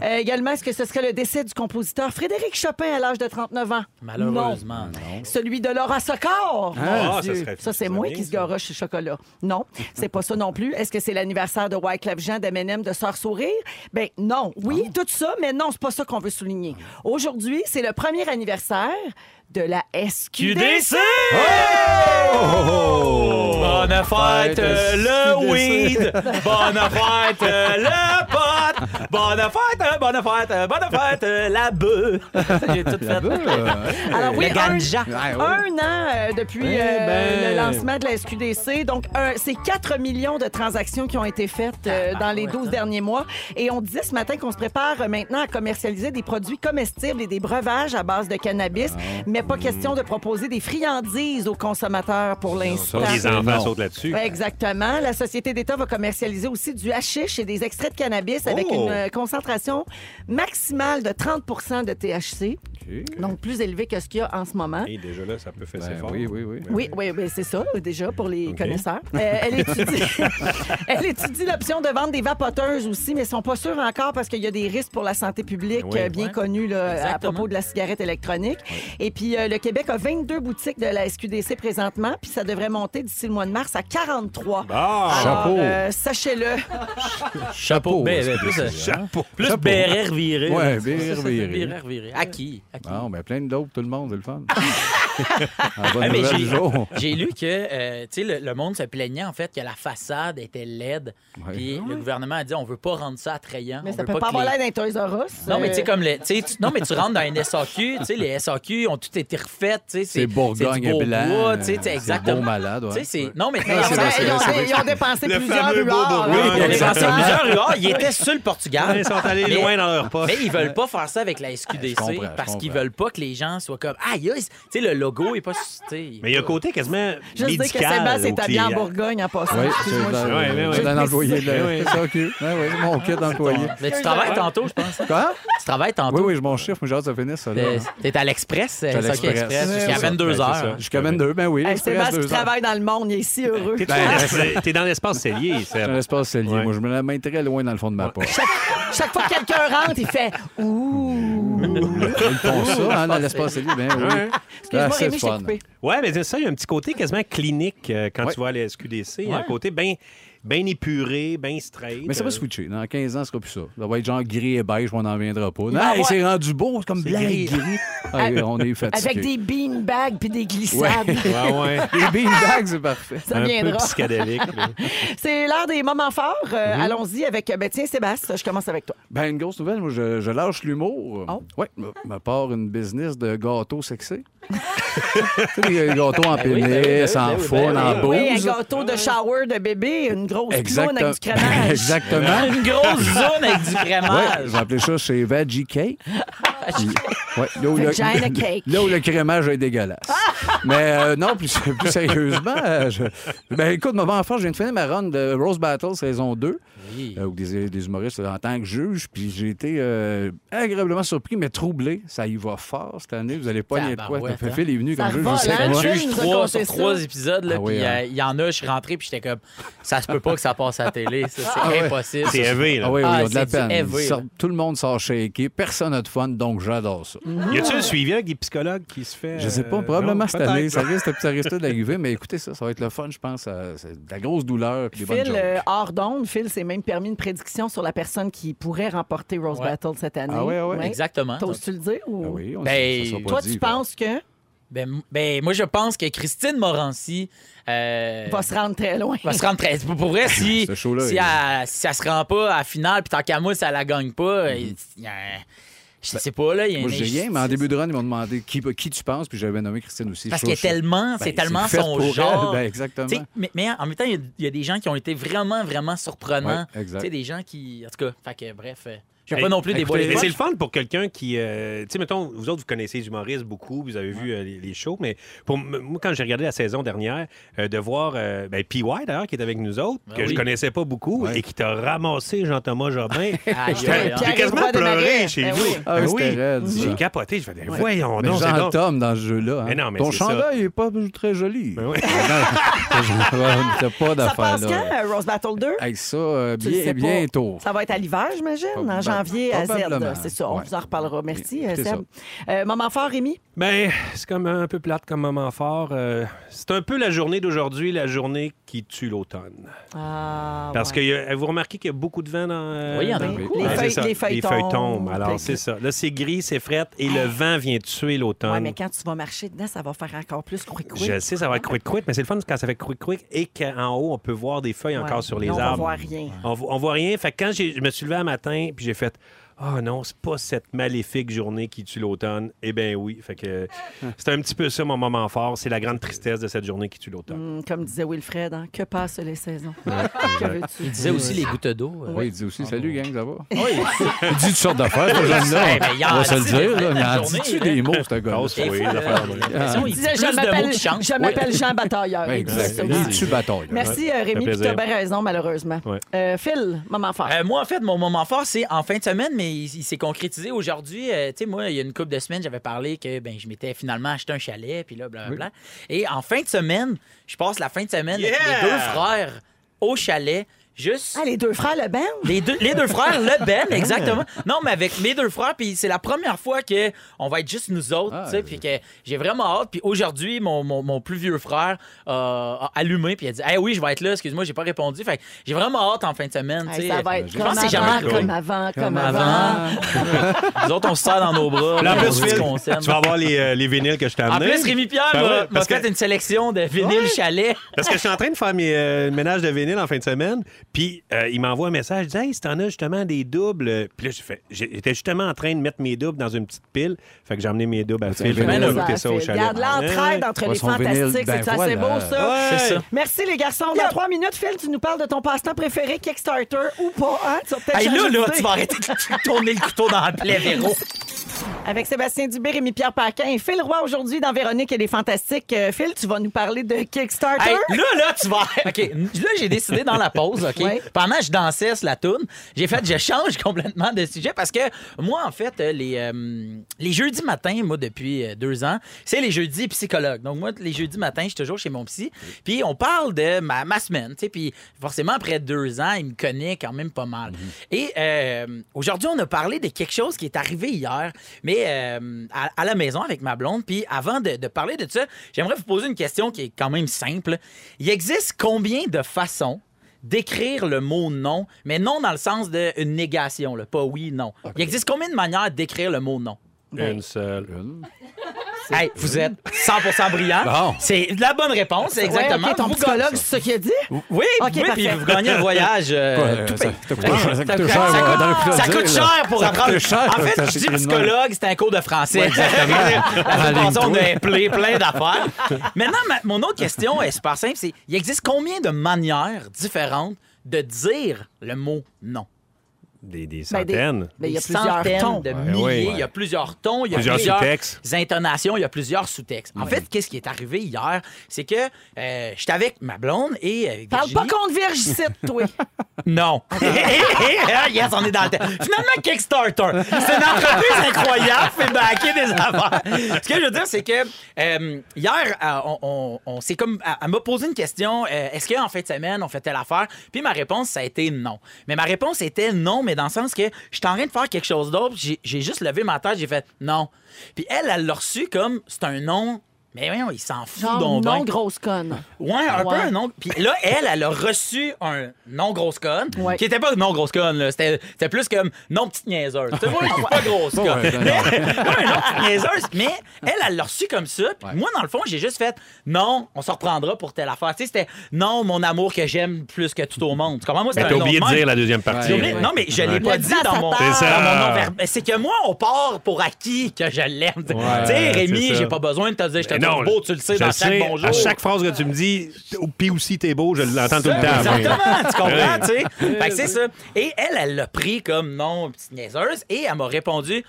C: Euh, également, est-ce que ce serait le décès du compositeur Frédéric Chopin à l'âge de 39 ans?
E: Malheureusement,
C: Non. Celui de Laura Socor?
A: Ah, ça serait-
C: Ça, c'est
A: ça
C: moi
A: vient,
C: qui se
A: ça.
C: garoche chez chocolat. Non, c'est pas ça non plus. Est-ce que c'est l'anniversaire de Wyclef Jean, d'Eminem, de Sœur Sourire? Ben non. Oui, tout ça, mais non, c'est pas ça qu'on veut souligner. Aujourd'hui, c'est le premier anniversaire de la SQDC.
E: QDC! Oh! Bonne fête, euh, le weed! Bonne fête, euh, le pot! Bonne fête, euh, bonne fête, euh, bonne fête, euh, la bœuf! J'ai tout fait.
C: Alors oui,
E: Le
C: un,
E: ganja.
B: Ah, Ouais, ouais.
C: un an euh, depuis
B: Eh
C: euh,
B: ben.
C: le lancement de la SQDC. Donc, un- c'est 4 millions de transactions qui ont été faites euh, dans les 12 derniers mois. Et on disait ce matin qu'on se prépare euh, maintenant à commercialiser des produits comestibles et des breuvages à base de cannabis, mais pas question de proposer des friandises aux consommateurs pour l'instant.
A: Ça,
E: Ah,
A: les enfants
B: Non.
A: sautent là-dessus.
C: Exactement. La Société d'État va commercialiser aussi du hashish et des extraits de cannabis avec
A: Oh!
C: une euh, concentration maximale de 30 de THC, donc plus élevée que ce qu'il y a en ce moment.
A: Et déjà là, ça peut faire
B: Ben
A: fort.
B: oui, oui, oui.
C: Oui, oui, oui, c'est ça, déjà, pour les
A: OK.
C: connaisseurs. Euh, elle étudie elle étudie l'option de vendre des vapoteuses aussi, mais ils sont pas sûrs encore parce qu'il y a des risques pour la santé publique
A: Oui.
C: euh, bien
E: Ouais.
C: connus là, à
E: Exactement.
C: propos de la cigarette électronique. Et puis, euh, le Québec a 22 boutiques de la SQDC présentement, puis ça devrait monter d'ici le mois de mars à 43.
A: Ah!
C: Alors,
B: Chapeau.
C: euh, Sachez-le.
E: Chapeau. Ben, ben, plus, euh, Plus
B: Chapeau.
E: béret reviré.
B: Ouais,
E: là.
B: béret
E: C'est ça, c'est
B: reviré.
E: béret reviré. À qui? À qui?
B: Non, mais ben, plein d'autres, tout le monde, c'est le fun. Ah, bonne
E: Ah, mais
B: nouvelle
E: j'ai-
B: du jour.
E: J'ai lu que euh, tu sais, le, le monde se plaignait en fait que la façade était laide.
B: Ouais.
E: Puis le gouvernement a dit on veut pas rendre ça attrayant.
C: Mais
E: on
C: ça
E: veut
C: peut
E: pas
C: pas
E: que
C: avoir
E: les-
C: l'air d'un Toys R Us.
E: Non, mais
C: Euh,
E: tu sais, comme les. tu sais, tu- non, mais tu rentres dans un SAQ, tu sais, les SAQ ont tout été refaites, tu sais.
B: C'est Bourgogne
E: c'est du
B: et
E: beau
B: blanc.
E: bois, tu sais,
B: C'est
E: exactement.
B: beau malade, ouais.
E: Tu sais, Ah, c'est. Non, mais
C: ils ont-
B: c'est vrai, c'est
C: ils ont-
B: vrai, c'est vrai.
C: ils ont dépensé
A: Le
C: plusieurs
A: fameux beau
C: dollars.
A: Bourgogne.
E: Ils ont dépensé
A: Exactement.
E: plusieurs milliards, ils étaient sur le Portugal.
A: Ils hein, sont allés
E: Mais-
A: loin dans leur poche.
E: Mais ils veulent pas faire ça avec la SQDC
B: Je comprends, je
E: parce qu'ils
B: comprends.
E: veulent pas que les gens soient comme ah yes, tu sais le logo est pas tu sais,
A: Mais il y a un côté quasiment
C: Juste dire que
A: médical.
C: Sébastien
A: au
C: est habillé en
A: client.
C: Bourgogne en passant.
B: hein. Oui, c'est
C: Excuse-moi,
B: dans-
A: Ouais, ouais,
B: c'est
A: ouais.
B: dans l'employé de
A: Ouais, ouais.
B: la- C'est OK. Ouais, ouais, c'est mon kit d'employé.
E: Mais tu travailles tantôt, je pense.
B: Quoi?
E: Tu travailles
B: Oui,
E: tantôt.
B: oui, je m'en chiffre, mais j'ai hâte de finir ça. là.
E: Euh, T'es à l'Express, euh,
B: à
E: Soccer
B: l'Express.
E: Express,
B: Ouais,
E: jusqu'à
B: c'est ça.
E: 22
A: Ben, c'est
E: heures.
A: ça.
B: Jusqu'à 22, ben oui.
C: Hey,
B: express,
C: Sébastien
B: deux
C: qui
B: heures. Ben.
C: travaille dans le monde, il est si heureux.
A: T'es dans l'espace- T'es dans l'espace cellier, Seb.
B: C'est un espace cellier.
A: Ouais.
B: Moi, je me la mets très loin dans le fond de ma poche.
C: Chaque fois que quelqu'un rentre, il fait
B: Ils font ça, hein, dans l'espace cellier. Ben oui. Ah,
C: Excuse-moi,
B: c'est
C: Rémi, je t'ai
B: fun.
C: coupé.
A: Oui, mais c'est ça, il y a un petit côté quasiment clinique euh, quand
B: Ouais.
A: tu vas à la SQDC. Il y a un
E: Ouais.
A: côté bien ben épuré, bien straight.
B: Mais ça va
A: euh,
B: switcher. Dans 15 ans, ce sera plus ça. Ça va être genre gris et beige, on n'en viendra pas. Non,
C: va
B: hey, c'est rendu beau, c'est comme blanc
A: gris.
B: et gris. Ah, oui, on est fatigué.
C: avec des beanbags puis des glissades.
B: Ouais.
A: Ouais, ouais.
B: des beanbags, c'est parfait.
C: Ça
A: un peu
C: viendra.
A: psychédélique. là.
C: C'est l'heure des moments forts.
B: Mm-hmm.
C: Euh, Allons-y avec. Ben, tiens, Sébastien, je commence avec toi.
B: Ben, une grosse nouvelle, moi, je, je lâche l'humour.
C: Oh.
B: Ouais, me, me part une business de gâteaux sexés. tu sais, des gâteaux en
E: oui,
B: pénis,
E: ben oui, ben oui,
B: en
E: ben oui,
B: faune,
E: ben
B: en
C: Oui, un
B: bouse.
C: gâteau de shower de bébé, une grosse
B: Exacte-
C: clown avec du crémage.
B: Exactement.
E: Une grosse zone avec du
B: Ouais,
E: crémage.
B: j'ai appelé ça chez Veggie Cake.
E: Ah,
B: Ouais, là, où
D: Vagina cake.
B: là où le crémage est dégueulasse.
E: Ah!
B: Mais euh, non, plus, plus sérieusement, euh, je- ben, écoute, mon enfant, je viens de finir ma run de Rose Battle saison 2, euh, où des, des humoristes en tant que juge, puis j'ai été euh, agréablement surpris, mais troublé. Ça y va fort cette année, vous allez pas nier de quoi.
E: Tabarouette,
B: Fait
E: hein.
B: Phil est venu
C: Ça
B: comme juge,
C: revole,
B: je sais
C: hein,
B: pas.
C: Phil?
E: juge
C: nous a
E: trois
C: conté
E: sur
C: ça.
E: trois épisodes, là,
B: Ah oui,
E: puis
B: hein.
E: euh, il y en a, je suis rentré, puis j'étais comme, ça se peut pas que ça passe à la télé, ça, c'est impossible.
A: C'est élevé, là.
B: Ah oui, oui,
E: Ah,
B: ils ont de la
E: c'est
B: peine.
E: du heavy,
B: Ils sortent-
E: là.
B: tout le monde sort shaké, personne n'a de fun, donc j'adore ça.
A: Y a-tu un suivi avec des psychologues qui se fait.
B: Je sais pas,
A: euh,
B: probablement
A: non,
B: cette année,
A: peut-être.
B: ça risque, ça risque d'arriver, mais écoutez ça, ça va être le fun, je pense. euh, C'est de la grosse douleur puis des bonnes
C: Phil,
B: jokes.
C: euh, hors d'onde, Phil s'est même permis une prédiction sur la personne qui pourrait remporter Rose
E: Ouais.
C: Battle cette année.
B: Ah ouais, ouais.
E: Exactement.
C: T'oses-tu le dire? Ou...
B: Ah oui, on
E: Ben,
B: sait, ça sera pas
C: Toi,
B: dit,
C: tu
B: là.
C: penses que
E: Ben, ben, moi, je pense que Christine Morancy euh,
C: va se rendre très loin.
E: va se rendre très. Pour vrai, si,
B: Ce show-là,
E: si,
B: il-
E: elle, si elle se rend pas à la finale, puis tant qu'à moi, si elle la gagne pas, il- il y a un- je sais pas, là. il y a
B: Mm-hmm. Moi,
E: une
B: je dis rien, mais en
E: injustice.
B: début de run, ils m'ont demandé qui, qui tu penses, puis j'avais nommé Christine aussi.
E: Parce
B: Je
E: que
B: trouve-
E: tellement,
B: Ben,
E: c'est tellement
B: fait
E: son
B: pour elle.
E: genre.
B: Ben, exactement.
E: Tu sais, mais, mais en même temps, il y a- il y, a des gens qui ont été vraiment, vraiment surprenants.
B: Ouais, exact.
E: Tu sais, des gens qui. En tout cas, fait que, bref, euh, je vais
A: Hey,
E: pas non plus dévoiler.
A: Mais
E: les
A: c'est le fun pour quelqu'un qui. euh, tu sais, mettons, vous autres, vous connaissez les humoristes beaucoup, vous avez vu euh, les, les shows, mais pour m- moi, quand j'ai regardé la saison dernière, euh, de voir euh, ben, PY, d'ailleurs, qui est avec nous autres,
E: Ben
A: que je
E: oui.
A: connaissais pas beaucoup,
B: Ouais.
A: et qui t'a ramassé Jean-Thomas Jobin.
E: Aïe,
A: J'étais- J'ai
E: aïe, aïe.
C: Pierre-Yves
A: quasiment
C: Roy des
A: pleuré
C: Marais.
A: chez
C: Ben
A: vous.
C: oui.
B: Ah,
A: Ben
B: c'était raide, ça.
A: J'ai capoté, je vais dire, voyons
B: Mais
A: donc, c'est donc-
B: Jean-Tom dans ce jeu-là. hein.
A: Mais non, mais
B: Ton
A: c'est ça.
B: chandail n'est pas très joli.
A: Ben oui.
B: T'as pas
C: Ça
B: d'affaire
C: passe quand,
B: là.
C: euh, Rose Battle 2?
B: Avec ça, euh,
C: Tu le sais
B: bien,
C: pas.
B: bientôt.
C: Ça va être à l'hiver, j'imagine, en
B: Probable-
C: janvier à Z.
B: probablement.
C: C'est ça, on
B: Ouais.
C: vous en reparlera. Merci, euh,
B: Écoutez
C: Seb. Euh, moment fort, Rémi?
A: Ben, c'est comme un peu plate comme moment fort. euh, c'est un peu la journée d'aujourd'hui, la journée qui tue l'automne.
C: Ah
A: Parce que y a- euh, vous remarquez qu'il y a beaucoup de vent dans. euh,
E: Oui, il y en a
A: dans-
E: beaucoup.
C: Les
A: Ouais,
C: feuilles-
A: c'est ça.
C: les feuilles tombent.
A: tombent.
C: Fait
A: Alors, c'est
C: que-
A: ça. Là, c'est gris, c'est fret et le vent vient tuer l'automne.
C: Oui, mais quand tu vas marcher dedans, ça va faire encore plus couic-couic.
A: Je sais, ça va être quick quick, mais c'est le fun quand ça fait quick quick et qu'en haut, on peut voir des feuilles
C: Ouais.
A: encore sur les
C: Là, On
A: arbres.
C: voit rien.
A: On, vo- on voit rien. Fait que quand j'ai- je me suis levé un matin, puis j'ai fait Ah non, c'est pas cette maléfique journée qui tue l'automne. Eh bien oui. Fait que euh, c'est un petit peu ça mon moment fort. C'est la grande tristesse de cette journée qui tue l'automne.
C: Hum, Comme disait Wilfred, hein, que passent les saisons? que veux-tu?
E: Il disait aussi les gouttes d'eau. euh,
B: Oui, il dit aussi Salut, gang, ça va? Il dit toutes sortes d'affaires, ce
E: Hey,
B: jeune-là.
E: mais il en
B: On va se le
E: dit des
B: dire, là.
E: belles
B: Mais en
E: journées,
B: dis-tu
E: là.
B: des mots, ce gars-là?
A: Oh, c'est oui,
E: fois,
A: les
E: euh,
A: affaires de-
E: j'ai l'impression
C: Il
E: qu'il dit
C: disait, Ah. je
E: plus de mots
C: m'appelle
E: qui chantent.
C: je m'appelle Jean Batailleur.
B: Ouais,
C: Il disait
B: Exact.
C: ça
B: Il
C: aussi.
B: tue bataille.
C: Merci, euh, Rémi,
A: Ça fait
C: puis tu as
A: plaisir.
C: bien raison, malheureusement.
A: Ouais.
C: Euh, Phil, moment fort.
E: Euh, moi, en fait, mon moment fort, c'est en fin de semaine, mais il, il s'est concrétisé aujourd'hui. Euh, tu sais, moi, il y a une couple de semaines, j'avais parlé que ben, je m'étais finalement acheté un chalet, puis là, blablabla. Et en fin de semaine, je passe la fin de semaine avec les deux frères au chalet, juste.
C: Ah, les deux frères Le Ben?
E: Les deux, les deux frères, le Ben, exactement. Non, mais avec mes deux frères, puis c'est la première fois que on va être juste nous autres,
B: Ah,
E: tu sais, puis
A: euh.
E: que j'ai vraiment hâte. Puis aujourd'hui, mon, mon, mon plus vieux frère euh, a allumé, puis il a dit, eh oui, je vais être là, excuse-moi, j'ai pas répondu. Fait que j'ai vraiment hâte en fin de semaine, tu
C: Hey,
E: sais.
C: ça va être
E: Je
C: comme
E: pense que c'est
C: avant,
E: jamais
C: comme avant, comme
B: Comme
C: avant.
E: nous autres, on se serre dans nos bras.
A: Là, en
E: Mmh. on
A: plus,
E: se dit
A: Phil,
E: qu'on s'aime.
A: tu vas avoir les, euh, les vinyles que je t'ai
E: En
A: amenés.
E: plus, Rémi Pierre
A: Ben
E: m'a
A: ouais,
E: m'a
A: parce que-
E: fait une sélection de vinyle chalet.
A: Parce que je suis en train de faire mes euh, ménages de vinyle en fin de semaine, puis euh, il m'envoie un message, il dit Hey, si t'en as justement des doubles. Puis là, j'ai fait- j'étais justement en train de mettre mes doubles dans une petite pile. Fait que j'ai amené mes doubles à
B: C'est
A: Phil.
B: bien
A: On a
B: ça,
A: écouté ça au
C: Phil.
A: chalet.
C: Regarde l'entraide
A: Ouais.
C: entre
B: Ouais,
C: les
B: son vinyle,
C: fantastiques.
B: ben
C: C'est assez
B: voilà.
C: beau, ça.
A: Ouais.
E: C'est ça.
C: Merci, les garçons. Dans trois minutes, Phil, tu nous parles de ton passe-temps préféré, Kickstarter ou pas. Hein? Tu vas peut-être
E: Hey, là,
C: changer
E: là,
C: d'idée.
E: tu vas arrêter de tourner le couteau dans la plaie, Véro.
C: Avec Sébastien Dubé, Rémi Pierre Paquin et Phil Roy aujourd'hui dans Véronique et les Fantastiques. Euh, Phil, tu vas nous parler de Kickstarter.
E: Hey, là, là, tu vas. OK. Là, j'ai décidé dans la pause, OK?
C: Ouais.
E: Pendant que je dansais sur la toune, j'ai fait, je change complètement de sujet parce que moi, en fait, euh, les, euh, les jeudis matins, moi, depuis euh, deux ans, c'est les jeudis psychologues. Donc, moi, les jeudis matins, je suis toujours chez mon psy. Puis, on parle de ma, ma semaine, tu sais. Puis, forcément, après deux ans, il me connaît quand même pas mal. Et euh, aujourd'hui, on a parlé de quelque chose qui est arrivé hier, mais euh, à, à la maison avec ma blonde. Puis, avant de, de parler de ça, j'aimerais vous poser une question qui est quand même simple. Il existe combien de façons d'écrire le mot non, mais non dans le sens d'une négation, là, pas oui, non. Il existe combien de manières d'écrire le mot non?
A: Une seule.
E: Hey, vous êtes 100 brillant.
B: Bon.
E: C'est la bonne réponse, c'est exactement.
C: Ouais, ok, ton
E: Vous
C: psychologue,
E: gagnez-
C: c'est ce qu'il a dit?
E: Oui,
C: Ok,
E: oui,
C: parfait.
E: puis vous gagnez un voyage. euh, tout payé.
B: Ça coûte cher.
E: Ça
B: dans le
E: coûte, ça
B: plaisir,
E: coûte
B: là.
E: cher pour
B: Ça coûte
E: apprendre.
B: cher,
E: en fait,
B: t'as
E: je dis
B: acheté une
E: psychologue, c'est un cours de français. exactement. on a plein, plein d'affaires. Maintenant, ma- mon autre question est super simple. C'est, il existe combien de manières différentes de dire le mot non?
A: Des, des
C: Ben, des-
A: centaines.
C: ben, il y a
E: Des
C: plusieurs
E: centaines
C: tons.
E: de
A: Ouais,
E: milliers,
A: ouais.
E: il y a plusieurs tons, il y a
A: Plusieurs
E: plusieurs,
A: sous-textes.
E: intonations, il y a plusieurs sous-textes. En fait, qu'est-ce qui est arrivé hier, c'est que euh, j'étais avec ma blonde et avec
C: Parle pas
E: Virginie.
C: contre Virgicide, toi.
E: Non. yes, on est dans le temps. Finalement, Kickstarter, c'est une entreprise incroyable, fait backer des affaires. Ce que je veux dire, c'est que euh, hier, euh, on, on- on s'est comme. Elle elle m'a posé une question euh, est-ce qu'en fin de semaine, on fait telle affaire Puis ma réponse, ça a été non. Mais ma réponse était non, mais dans le sens que j'étais en train de faire quelque chose d'autre, j'ai j'ai juste levé ma tête, j'ai fait non. Puis elle, elle l'a reçu comme c'est un non. Mais voyons, il s'en fout
I: Genre,
E: donc bien.
I: non, grosse conne.
E: Ouais,
I: Ouais.
E: un peu un non. Puis là, elle, elle a reçu un non grosse conne,
I: Ouais.
E: qui était pas non grosse conne, là. C'était, c'était plus comme non petite niaiseuse. C'était pas, pas grosse conne.
B: Ouais, ben non.
E: Ouais, non petite niaiseuse. Mais elle, elle l'a reçu comme ça. Puis
B: Ouais.
E: moi, dans le fond, j'ai juste fait non, on se reprendra pour telle affaire. Tu sais, c'était non, mon amour que j'aime plus que tout au monde. Tu comprends? Moi, c'était
A: Mais t'as
E: un non
A: oublié de
E: même.
A: dire la deuxième partie.
E: J'ai oublié-
A: Ouais.
E: Non, mais je l'ai pas
I: Le
E: dit
I: dit à
E: dans
I: sa
E: mon,
I: tête.
A: C'est ça.
E: dans mon non verbal. C'est que moi, on part pour acquis que je l'aime. tu sais, Rémi,
A: c'est ça.
E: j'ai pas besoin de te dire je te
A: Mais
E: trouve beau, tu le sais,
A: je
E: dans
A: le
E: chaque
A: sais,
E: bonjour.
A: À chaque phrase que tu me dis, t- ou- puis aussi t'es beau, je l'entends tout le temps.
E: Ça, Exactement, tu comprends,
A: Ouais.
E: tu sais. Fait que c'est ça. Et elle, elle l'a pris comme non, petite niaiseuse, et elle m'a répondu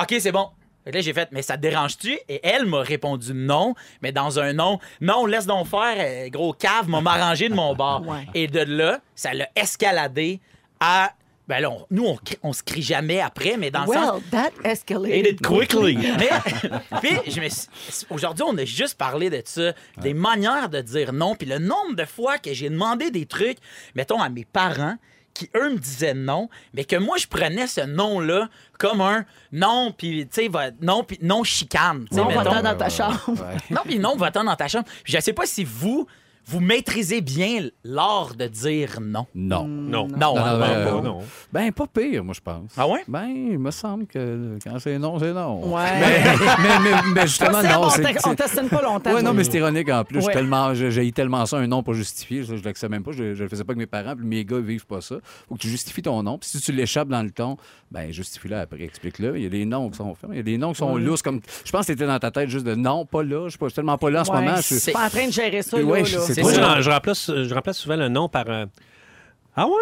E: OK, c'est bon. Fait que Là, j'ai fait, mais ça te dérange-tu? Et elle m'a répondu non, mais dans un non, non, laisse donc faire, euh, gros cave, m'a m'arrangé de mon bord.
I: Ouais.
E: Et de là, ça l'a escaladé à. Ben là, on- nous, on, crie- on se crie jamais après, mais dans le sens.
I: Well, that escalated.
A: Hit it quickly.
E: Mais, puis, je me suis- aujourd'hui, on a juste parlé de ça, des manières de dire non, puis le nombre de fois que j'ai demandé des trucs, mettons, à mes parents, qui eux me disaient non, mais que moi, je prenais ce non-là comme un non, puis, tu sais, va- non, puis non chicane. tu sais,
I: Non,
E: mettons.
I: va-t'en dans ta chambre.
E: Non, puis non, va-t'en dans ta chambre. Puis Je sais pas si vous, vous maîtrisez bien l'art de dire non.
B: Non.
A: Non.
E: Non,
B: Non,
E: hein?
B: non,
A: Ben,
B: non.
A: pas, non.
B: Mm. Ben, pas pire, moi, je pense.
E: Ah ouais?
B: Ben, il me semble que quand c'est non, c'est non.
C: Ouais.
B: Mais, mais, mais, mais justement,
C: Possible,
B: non,
C: on
B: c'est.
C: t'a- on t'assine pas longtemps.
B: Ouais, non, mais c'est ironique en plus. Je
C: Ouais.
B: suis tellement, je- j'ai tellement ça, un nom pas justifié. Je, je l'accepte même pas. Je, je le faisais pas avec mes parents. Puis mes gars vivent pas ça. Faut que tu justifies ton nom. Puis si tu l'échappes dans le ton, ben justifie-le après. Explique-le. Il y a des noms qui sont faits. Il y a des noms qui sont lousses. Comme, je pense que t'étais dans ta tête juste de non, pas là. Je suis pas- je suis tellement pas là en ce
C: Ouais,
B: moment. Je suis- Eh
C: c'est pas en train de gérer ça,
B: Ouais,
C: là, là.
B: c'est-
A: Moi,
B: Ouais.
A: je, rem- je remplace, je remplace souvent le nom par. euh, Ah ouais?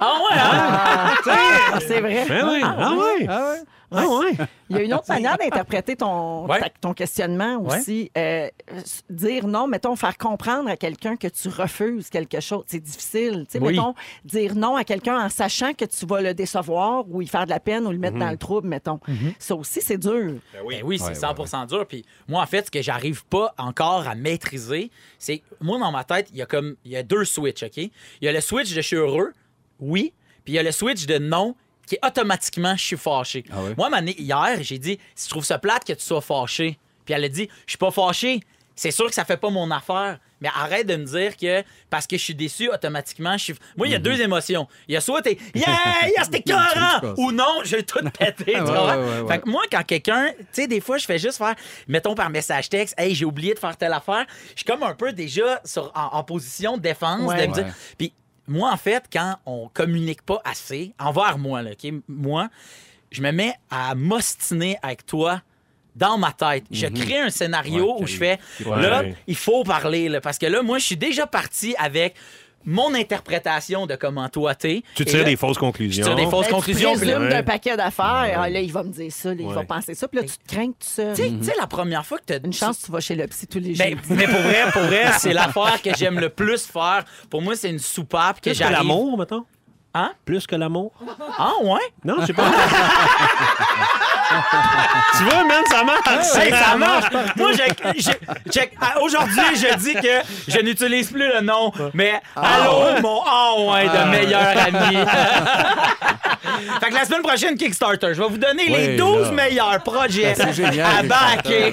E: Ah ouais, hein?
C: Ah, c'est vrai.
A: Ben oui, ah ouais? Ah ouais? Ah ouais?
C: Il y a une autre manière d'interpréter ton,
E: Ouais.
C: ta- ton questionnement aussi. Euh, s- dire non, mettons, faire comprendre à quelqu'un que tu refuses quelque chose, c'est difficile. Tu sais,
E: Oui.
C: Mettons, dire non à quelqu'un en sachant que tu vas le décevoir ou lui faire de la peine ou le
E: Mhm.
C: mettre dans le trouble, mettons. Ça aussi, c'est dur.
E: Ben oui, c'est 100 dur. Puis moi, en fait, ce que j'arrive pas encore à maîtriser, c'est que moi, dans ma tête, il y a comme il y a deux switches, OK? Il y a le switch de je suis heureux, oui, puis il y a le switch de non, qui est automatiquement je suis fâché.
B: Ah ouais?
E: Moi, à un moment donné, hier, j'ai dit si tu trouves ça plate que tu sois fâché. Puis elle a dit je suis pas fâché. C'est sûr que ça fait pas mon affaire, mais arrête de me dire que parce que je suis déçu, automatiquement, je suis. Moi, il
B: Mm-hmm.
E: y a deux émotions. Il y a soit t'es Yeah, yeah, c'était
B: passes.
E: écœurant! ou non, j'ai tout pété. tu
B: Ouais,
E: vois?
B: ouais, ouais,
E: Fait que moi, quand quelqu'un, tu sais, des fois, je fais juste faire, mettons par message texte, hey, j'ai oublié de faire telle affaire. Je suis comme un peu déjà sur, en, en position de défense.
C: Ouais.
E: De me dire-
B: Ouais.
E: Puis moi, en fait, quand on communique pas assez, envers moi, là, OK, moi, je me mets à m'ostiner avec toi dans ma tête. Je crée un scénario
B: Ouais,
E: où je fais,
A: Mhm. Ouais.
E: là, il faut parler, là, parce que là, moi, je suis déjà parti avec mon interprétation de comment toi t'es.
A: Tu
E: Et
A: tires
E: là,
A: des fausses
E: je
A: conclusions.
E: tire des fausses
C: Ben,
E: conclusions.
C: Tu
E: puis là, hein.
C: présumes
A: Ouais.
C: d'un paquet d'affaires. Ah, là, il va me dire ça, là, il
A: Ouais.
C: va penser ça. Puis là, tu te crains que tu
E: Tu
A: Mhm.
E: sais- tu sais, la première fois que t'as-
C: Une chance, tu vas chez le psy tous les jours.
E: Ben, mais pour vrai, pour vrai, c'est l'affaire que j'aime le plus faire. Pour moi, c'est une soupape que
A: Plus que
E: j'arrive.
A: l'amour, mettons?
E: Hein?
A: Plus que l'amour?
E: Ah ouais.
A: Non, je sais pas. tu vois, man, ça marche!
E: Hey, ça marche. Moi, je- je- je- à- ah, aujourd'hui, je dis que je n'utilise plus le nom, mais allô, mon ah ouais de meilleur ami. fait que la semaine prochaine, Kickstarter, je vais vous donner les
B: Oui,
E: 12
B: là.
E: meilleurs projets
B: C'est génial,
E: à backer.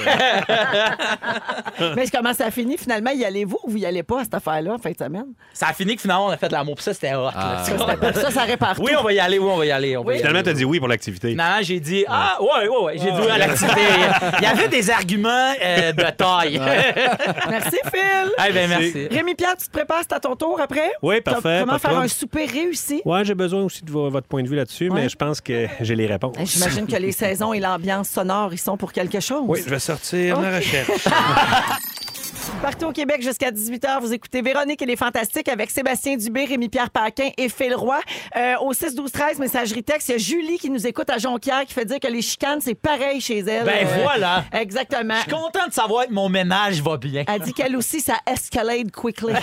C: Mais comment ça finit finalement? Y allez-vous ou vous y allez pas à cette affaire-là en fin de semaine?
E: ça a fini que finalement, on a fait de l'amour. Puis ça, c'était hot. là.
B: Ah,
E: Ça, c'était-
C: Ça, ça répare
E: Oui,
C: tout.
E: on va y aller, oui, on va y aller. On va y aller.
A: Finalement, t'as dit oui pour l'activité.
E: Non, j'ai dit Ah, ouais, ouais, ouais. J'ai dit oui à l'activité. Il y avait des arguments euh, de taille.
C: Merci, Phil!
E: Eh ben, merci.
C: Rémi Pierre, tu te prépares, c'est à ton tour après?
A: Oui, parfait,
C: Comment
A: pas de
C: faire
A: trouble.
C: un souper réussi?
A: Ouais, j'ai besoin aussi de vo- votre point de vue là-dessus,
C: Ouais.
A: mais je pense que j'ai les réponses.
C: J'imagine que les saisons et l'ambiance sonore, ils sont pour quelque chose.
A: Oui, je vais sortir la recherche.
C: Partout au Québec jusqu'à 18h, vous écoutez Véronique et les Fantastiques avec Sébastien Dubé, Rémi-Pierre Paquin et Phil Roy. Euh, au 6-12-13, messagerie texte, il y a Julie qui nous écoute à Jonquière qui fait dire que les chicanes, c'est pareil chez elle.
E: Ben
C: Euh,
E: voilà.
C: Exactement.
E: Je suis content de savoir que mon ménage va bien.
C: Elle dit qu'elle aussi, ça escalade quickly.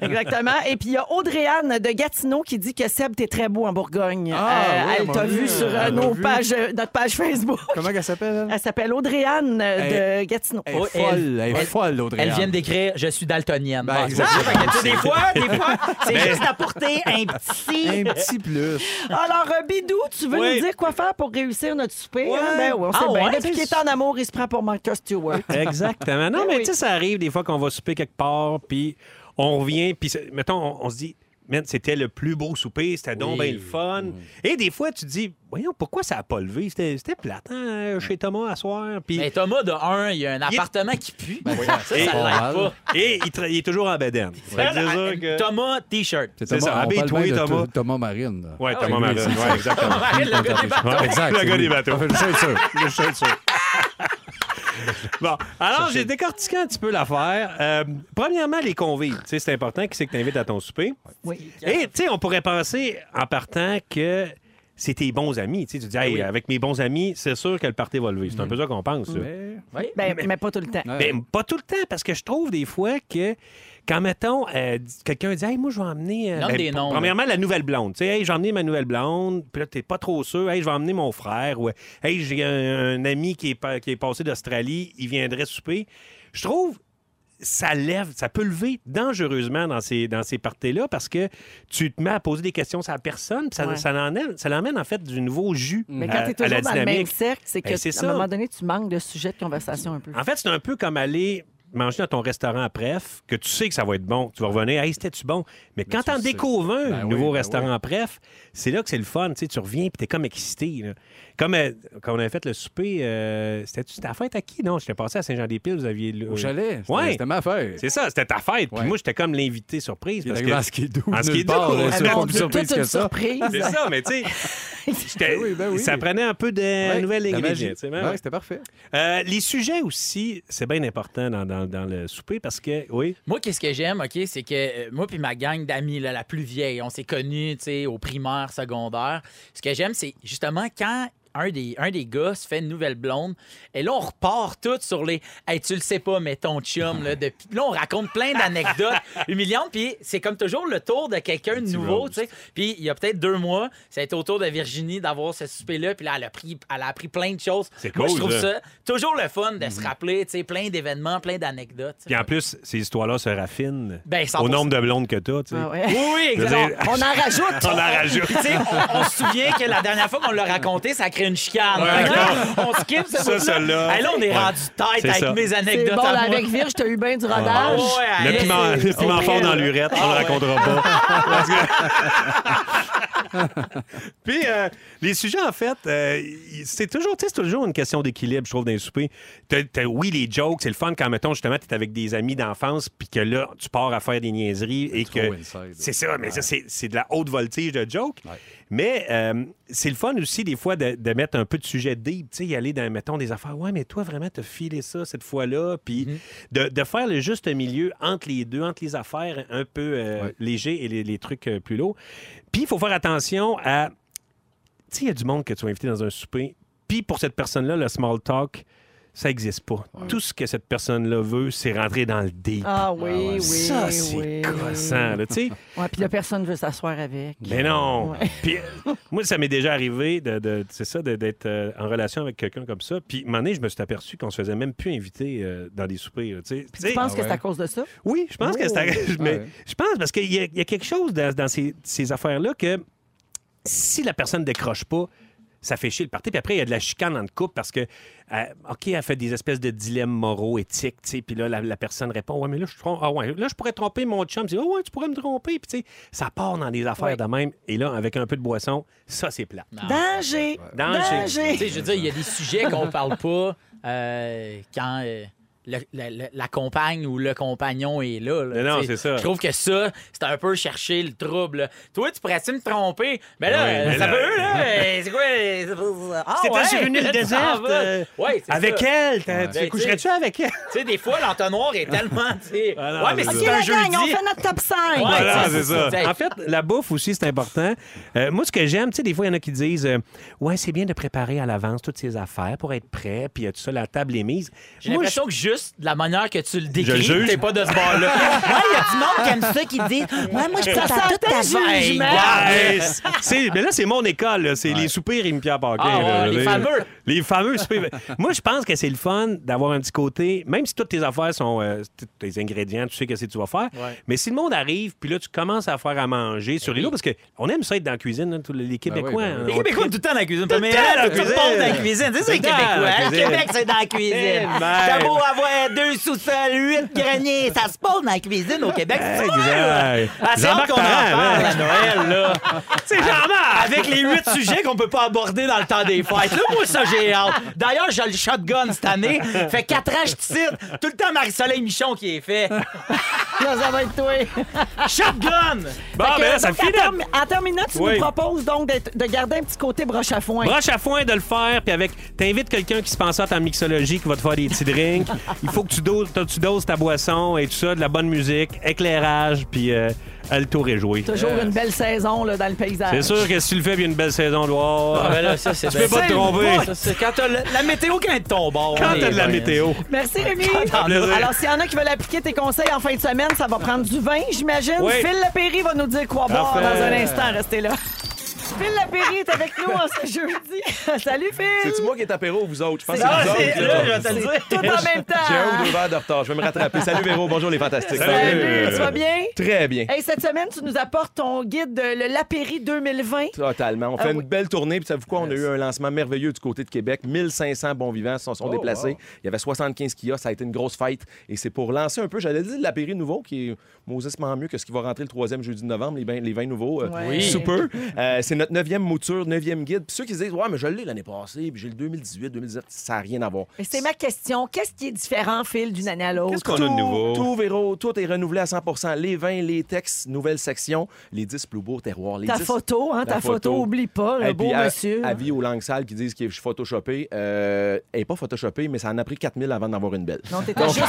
C: Exactement. Et puis, il y a Audrey-Anne de Gatineau qui dit que Seb, t'es très beau en Bourgogne. Euh,
B: Ah, oui, elle
C: elle
B: m'a
C: t'a
B: vu,
C: vu sur
B: elle
C: euh,
B: m'a
C: nos
B: vu.
C: pages, euh, notre page Facebook.
B: Comment elle s'appelle,
C: Elle s'appelle Audrey-Anne euh, de Gatineau.
B: elle? Elle est
E: Oh, elle-
B: folle, elle est
E: elle-
B: folle, l'autre
E: Elles viennent d'écrire Je suis daltonienne.
B: Ben,
E: Ah,
B: exactement.
E: c'est ça. Fait que, tu sais, des fois, des fois, c'est juste apporter un
B: Un
E: petit.
B: petit plus.
C: Alors, euh, Bidou, tu veux
A: Oui.
C: nous dire quoi faire pour réussir notre souper?
E: Ouais.
C: hein? Ben oui, on sait
E: Ah
C: bien.
E: ouais?
C: Depuis qu'il est en amour, il se prend pour Martha Stewart.
A: Exactement. Non,
C: Ben
A: mais
C: oui.
A: tu sais, ça arrive des fois qu'on va souper quelque part, puis on revient, puis c'est- mettons, on, on se dit, man, c'était le plus beau souper, c'était donc bien le fun.
E: Mm.
A: Et des fois, tu te dis, voyons, pourquoi ça n'a pas levé? C'était c'était plate, hein, chez Thomas à soir. Puis
E: Mm. Mais Ben, Thomas, de un, il y a un appartement qui pue. Ça, ça
A: Et-
E: l'aide pas.
A: Et il, tra- il est toujours en bedaine. Fait que c'est
E: Ah,
A: sûr que-
E: Thomas, T-shirt.
B: C'est
A: ça,
B: Thomas, on
A: habille-toi,
B: parle bien de
A: Thomas.
B: Th- Thomas Marine. là.
A: Ouais,
E: Ah
A: Thomas
E: oui,
A: Marine. Ouais, exactement.
E: Le gars des
A: Ouais,
B: Exact.
A: Le
B: c'est
A: gars
B: lui.
A: des bateaux.
B: Je suis sûr.
A: Le chat, ça. Bon, alors j'ai décortiqué un petit peu l'affaire. Euh, premièrement, les convives. Tu sais, c'est important qui c'est que tu invites à ton souper.
C: Oui.
A: Et tu sais, on pourrait penser en partant que c'est tes bons amis. Tu sais, tu dis, Hey, avec mes bons amis, c'est sûr que le party va lever. C'est un peu ça qu'on pense. là.
B: Mais-
C: Ben, mais pas tout le temps.
B: Ouais.
A: Mais Ben, pas tout le temps, parce que je trouve des fois que quand, mettons, euh, d- quelqu'un dit, hey, moi, je vais emmener. euh,
E: Nomme des
A: pr-
E: noms,
A: Premièrement, la nouvelle blonde. Tu sais, hey, je vais emmener ma nouvelle blonde. Puis là, t'es pas trop sûr. Hey, je vais emmener mon frère. Ou, hey, j'ai un, un ami qui est, pa- qui est passé d'Australie. Il viendrait souper. Je trouve. Ça lève, ça peut lever dangereusement dans ces, dans ces parties-là parce que tu te mets à poser des questions à la personne, puis ça,
C: Ouais.
A: ça l'emmène- ça l'emmène en fait du nouveau jus
C: Mais
A: à,
C: quand t'es
A: à la
C: toujours dans le même
A: dynamique.
C: cercle, c'est que
A: Ben, c'est
C: à
A: ça.
C: un moment donné, tu manques de sujet de conversation un peu.
B: Ah,
A: En fait, c'est un peu comme aller manger dans ton restaurant à Pref, que tu sais que ça va être bon. Tu vas revenir, hey, c'était-tu bon? Mais quand
B: tu
A: t'en
B: le sais.
A: découvres un
B: Ben oui,
A: nouveau
B: ben
A: restaurant à Pref, c'est là que c'est le fun. Tu, sais, tu reviens et t'es comme excité. là. Comme euh, quand on avait fait le souper, euh, c'était-tu c'était ta fête à qui? Non, j'étais passé à Saint-Jean-des-Piles, vous aviez... le- euh,
B: Au chalet. C'était-
A: Ouais.
B: C'était ma fête.
A: C'est ça, c'était ta fête. Puis
B: Ouais.
A: moi, j'étais comme l'invité surprise.
B: Il est
A: Parce
B: arrivé
A: que...
B: en skidoo.
A: En
B: nulle
A: skidoo.
B: part, là,
A: Ah,
B: c'est
C: mon
B: pas
C: Dieu,
B: plus surprise
C: toute
B: que
C: une
B: ça.
C: surprise.
A: C'est ça, mais tu sais, j'étais-
B: Ben oui, ben oui.
A: ça prenait un peu de
B: Ouais,
A: nouvelles
B: la
A: ingrédients.
B: magie.
A: tu sais, même.
B: Ouais, C'était parfait.
A: Euh, les sujets aussi, c'est bien important dans, dans- dans le souper parce que, oui,
E: Moi, qu'est-ce que j'aime, OK, c'est que euh, moi puis ma gang d'amis, là, la plus vieille, on s'est connus, tu sais, au primaire, secondaire. Ce que j'aime, c'est justement quand un des, un des gars se fait une nouvelle blonde, et là, on repart tout sur les « Hey, tu le sais pas, mais ton chum, là, depuis... » Là, on raconte plein d'anecdotes humiliantes, puis c'est comme toujours le tour de quelqu'un de nouveau, tu sais. Puis il y a peut-être deux mois, ça a été au tour de Virginie d'avoir ce souper-là, puis là, elle a, pris, elle a appris plein de choses.
A: C'est
E: Moi,
A: cool, Mhm.
E: je trouve
A: ça.
E: ça toujours le fun de se rappeler, tu sais, plein d'événements, plein d'anecdotes. tu sais.
A: Puis en plus, ces histoires-là se raffinent
E: Ben, 100%.
A: au nombre de blondes que t'as, tu sais.
C: Ah ouais.
E: Oui,
A: Je veux
E: exactement.
A: dire,
C: On en rajoute.
A: on en rajoute.
E: Puis, tu sais, on, on se souvient que la dernière fois qu'on l'a raconté, ça a créé une chicane.
A: Ouais,
E: Fait que là, on skip ce
A: Ça,
E: bout-là.
A: celle-là.
E: Hey, là, on est
A: Ouais.
E: rendu tête
A: C'est
E: avec
A: ça.
E: mes
C: C'est
E: anecdotes
C: bon,
E: à
C: là,
E: moi.
C: avec Virge, t'as eu bien du
E: Ah
C: rodage.
E: ouais,
A: Le
E: hey,
A: piment,
E: c'est- Ah
A: le piment
C: c'est
A: fort dans
C: vrai,
A: l'urette, on ne
E: ouais.
A: racontera pas. Parce que- Puis euh, les sujets, en fait, euh, y- c'est toujours, tu sais, c'est toujours une question d'équilibre, je trouve, d'un souper. T'as- t'as- oui, les jokes, c'est le fun quand, mettons, justement, tu es avec des amis d'enfance, puis que là, tu pars à faire des niaiseries et
B: Trop
A: que.
B: inside.
A: C'est ça, mais ça, c'est c'est de la haute voltige de joke. Mais euh, c'est le fun aussi, des fois, de, de mettre un peu de sujet deep, tu sais, y aller dans, mettons, des affaires. Ouais, mais toi, vraiment, t'as filé ça cette fois-là. Puis
B: Mhm.
A: de, de faire le juste milieu entre les deux, entre les affaires un peu euh,
B: Ouais.
A: légers et les, les trucs euh, plus lourds. Puis il faut faire attention à. Tu sais, il y a du monde que tu vas inviter dans un souper. Puis pour cette personne-là, le small talk, ça n'existe pas. Tout ce que cette personne-là veut, c'est rentrer dans le deep.
C: Ah oui, oui,
A: ça, c'est
C: oui.
A: gossant, là, Ben, tu sais.
C: Ouais, puis là, personne veut s'asseoir avec.
A: Mais non!
C: Ouais.
A: Puis, euh, moi, ça m'est déjà arrivé de, de- c'est ça, de- d'être euh, en relation avec quelqu'un comme ça. Puis, un moment donné, je me suis aperçu qu'on se faisait même plus inviter euh, dans des soupers. là, tu sais. Tu sais,
C: Tu penses
B: Ah
C: que
B: ouais.
C: c'est à cause de ça?
A: Oui, je pense que c'est...
B: Oh!
A: mais
B: Ouais.
A: Je pense, parce qu'il y, a- il y a quelque chose dans, dans ces, ces affaires-là que si la personne ne décroche pas, ça fait chier le parti. Puis après, il y a de la chicane dans le couple parce que, euh, OK, elle fait des espèces de dilemmes moraux, éthiques, tu sais. Puis là, la, la personne répond, Ouais, mais là, je, trompe- ah ouais, là, je pourrais tromper mon chum. Tu dis, oh, ouais, tu pourrais me tromper. Puis, tu sais, ça part dans des affaires
C: Ouais.
A: de même. Et là, avec un peu de boisson, ça, c'est plat.
E: Ah.
C: Danger!
A: Danger.
E: Tu sais, je veux dire, il y a des sujets qu'on parle pas euh, quand euh, le- le- le- la compagne ou le compagnon est là. là,
A: Mais non,
E: tu sais.
A: c'est ça.
E: Je trouve que ça, c'est un peu chercher le trouble. là. Toi, tu pourrais-tu me tromper? Ben là,
A: Ah Oui,
E: euh,
A: mais
E: ça
A: là-
E: peut, là. euh, c'est quoi? Ah,
A: C'était
E: ouais,
A: sur une île
E: ça
A: déserte.
E: va.
A: euh,
E: Ouais, c'est
A: avec
E: ça.
A: elle, t'as-
E: Ouais.
A: tu coucherais-tu avec elle?
E: Tu sais, des fois, l'entonnoir est tellement. tu sais,
A: Ah non,
E: ouais, mais
A: c'est
E: si
A: ça.
E: c'est un
C: la
E: jeudi.
C: gang, on fait notre top 5.
E: Ouais,
A: Voilà,
E: tu sais,
A: c'est ça.
E: tu sais.
A: En fait, la bouffe aussi, c'est important. Euh, moi, ce que j'aime, tu sais, des fois, il y en a qui disent euh, Ouais, c'est bien de préparer à l'avance toutes ces affaires pour être prêt, puis euh, tout ça, la table est mise.
E: J'ai
A: Moi,
E: l'impression que juste de la manière que tu le
A: Je le
E: décris,
A: juge.
E: t'es pas de ce bord-là. ouais, il y a du monde qui aime ça qui dit Ouais, moi, je prépare toute ta veille.
A: Ouais, c'est- c'est- mais là, c'est mon école. là. C'est les soupirs Rémi Pierre Paquin.
E: Ah
A: là,
E: ouais,
A: je veux
E: les
A: dire.
E: fameux.
A: Les fameux soupirs. Moi, je pense que c'est le fun d'avoir un petit côté, même si toutes tes affaires sont euh, tous tes ingrédients, tu sais qu'est-ce que tu vas faire.
E: Ouais.
A: Mais si le monde arrive, puis là, tu commences à faire à manger sur les lots, parce qu'on aime ça être dans la cuisine, hein, là, tous les les Québécois.
B: oui, ben oui.
A: hein,
E: Les
A: on
E: Québécois, tout le temps dans la cuisine. Tout le
A: temps dans la
E: tout le
A: cuisine.
E: monde dans la cuisine. C'est ça, les
A: Tout le temps
E: Québécois.
A: dans la
E: hein. Le
A: cuisine.
E: Québec, c'est dans la
A: Eh,
E: cuisine.
A: même.
E: T'as beau avoir deux sous-sols, huit greniers, ça se passe dans la cuisine au Québec. C'est pas mal.
A: Exact.
E: Ah, c'est hâte
A: Jean-Marc
E: qu'on en parle à
A: Parent,
E: Noël, là.
A: C'est Jean-Marc!
E: Avec les huit sujets qu'on peut pas aborder dans le temps des fêtes. Là, moi, ça, j'ai hâte. D'ailleurs, j'ai le shotgun cette année. Fait quatre ans, je tire. Tout le temps, Marie-Soleil Michon qui est fait.
C: Là, ça va être toi.
E: Shotgun!
A: Bon,
C: Fait que,
A: ben là, ça
C: donc,
A: finit.
C: en termi- En terminant, tu
A: Oui.
C: nous proposes donc d'être- de garder un petit côté broche à foin.
A: Broche à foin de le faire, puis avec. T'invites quelqu'un qui se pense à ta mixologie, qui va te faire des petits drinks. Il faut que tu doses, tu doses ta boisson et tout ça, de la bonne musique, éclairage, puis euh, alto réjoui.
C: Toujours une belle saison là, dans le paysage.
A: Euh, C'est sûr que si tu le fais, il y a une belle saison dehors.
E: Ah, ben là, ça, c'est
A: Tu peux pas te tromper.
E: quand t'as le- la météo quand elle te tombe. on
A: Quand
E: est
A: Ah, t'as de la
E: bien.
A: météo.
C: Merci Rémi.
A: fait plaisir.
C: Alors s'il y en a qui veulent appliquer tes conseils en fin de semaine, ça va prendre du vin, j'imagine.
A: Oui.
C: Phil Lapéry va nous dire quoi boire
A: Parfait.
C: dans un instant. Restez là. Phil Lapéry est avec nous en ce jeudi. Salut Phil.
J: C'est-tu moi qui est apéro, vous autres? Je pense que
E: Ah,
J: vous
E: c'est-
J: autres,
E: là,
J: là.
E: je vais te le dire.
C: Tout en même temps.
J: J'ai un ou deux verres de retard. Je vais me rattraper. Salut Véro, bonjour les fantastiques.
C: Salut, tu vas bien?
J: Très bien.
C: Hey, cette semaine, tu nous apportes ton guide de le Lapéry 2020.
J: Totalement. On fait
C: Ah
J: une
C: oui.
J: belle tournée. Puis, savez-vous quoi? On a eu un lancement merveilleux du côté de Québec. 1500 bons vivants se sont, sont
C: Oh,
J: déplacés. Il y avait 75 kiosques. Ça a été une grosse fête. Et c'est pour lancer un peu, j'allais dire, l'apéri nouveau, qui est mauditement mieux que ce qui va rentrer le troisième jeudi de novembre, les 20, les 20 nouveaux. euh,
C: Oui.
J: Super. Euh, c'est notre neuvième mouture, neuvième guide. Puis, ceux qui se disent, ouais, mais je l'ai l'année passée, puis j'ai le 2018, 2017, ça n'a rien à voir.
C: Mais C'est ma question. Qu'est-ce qui est différent, Phil, d'une année à l'autre?
A: Qu'est-ce qu'on a de nouveau?
J: Tout, Véro, tout est renouvelé à 100 Les vins, les textes, nouvelle section, les 10 plus beaux terroirs. Les
C: Ta
J: 10
C: photo, hein,
J: La
C: ta photo, oublie pas, le
J: Et puis,
C: beau
J: à-
C: monsieur.
J: Avis aux langues sales qui disent que je suis photoshopé. Euh, elle n'est pas photoshopée, mais ça en a pris 4000 avant d'en avoir une belle.
C: Non, t'étais juste...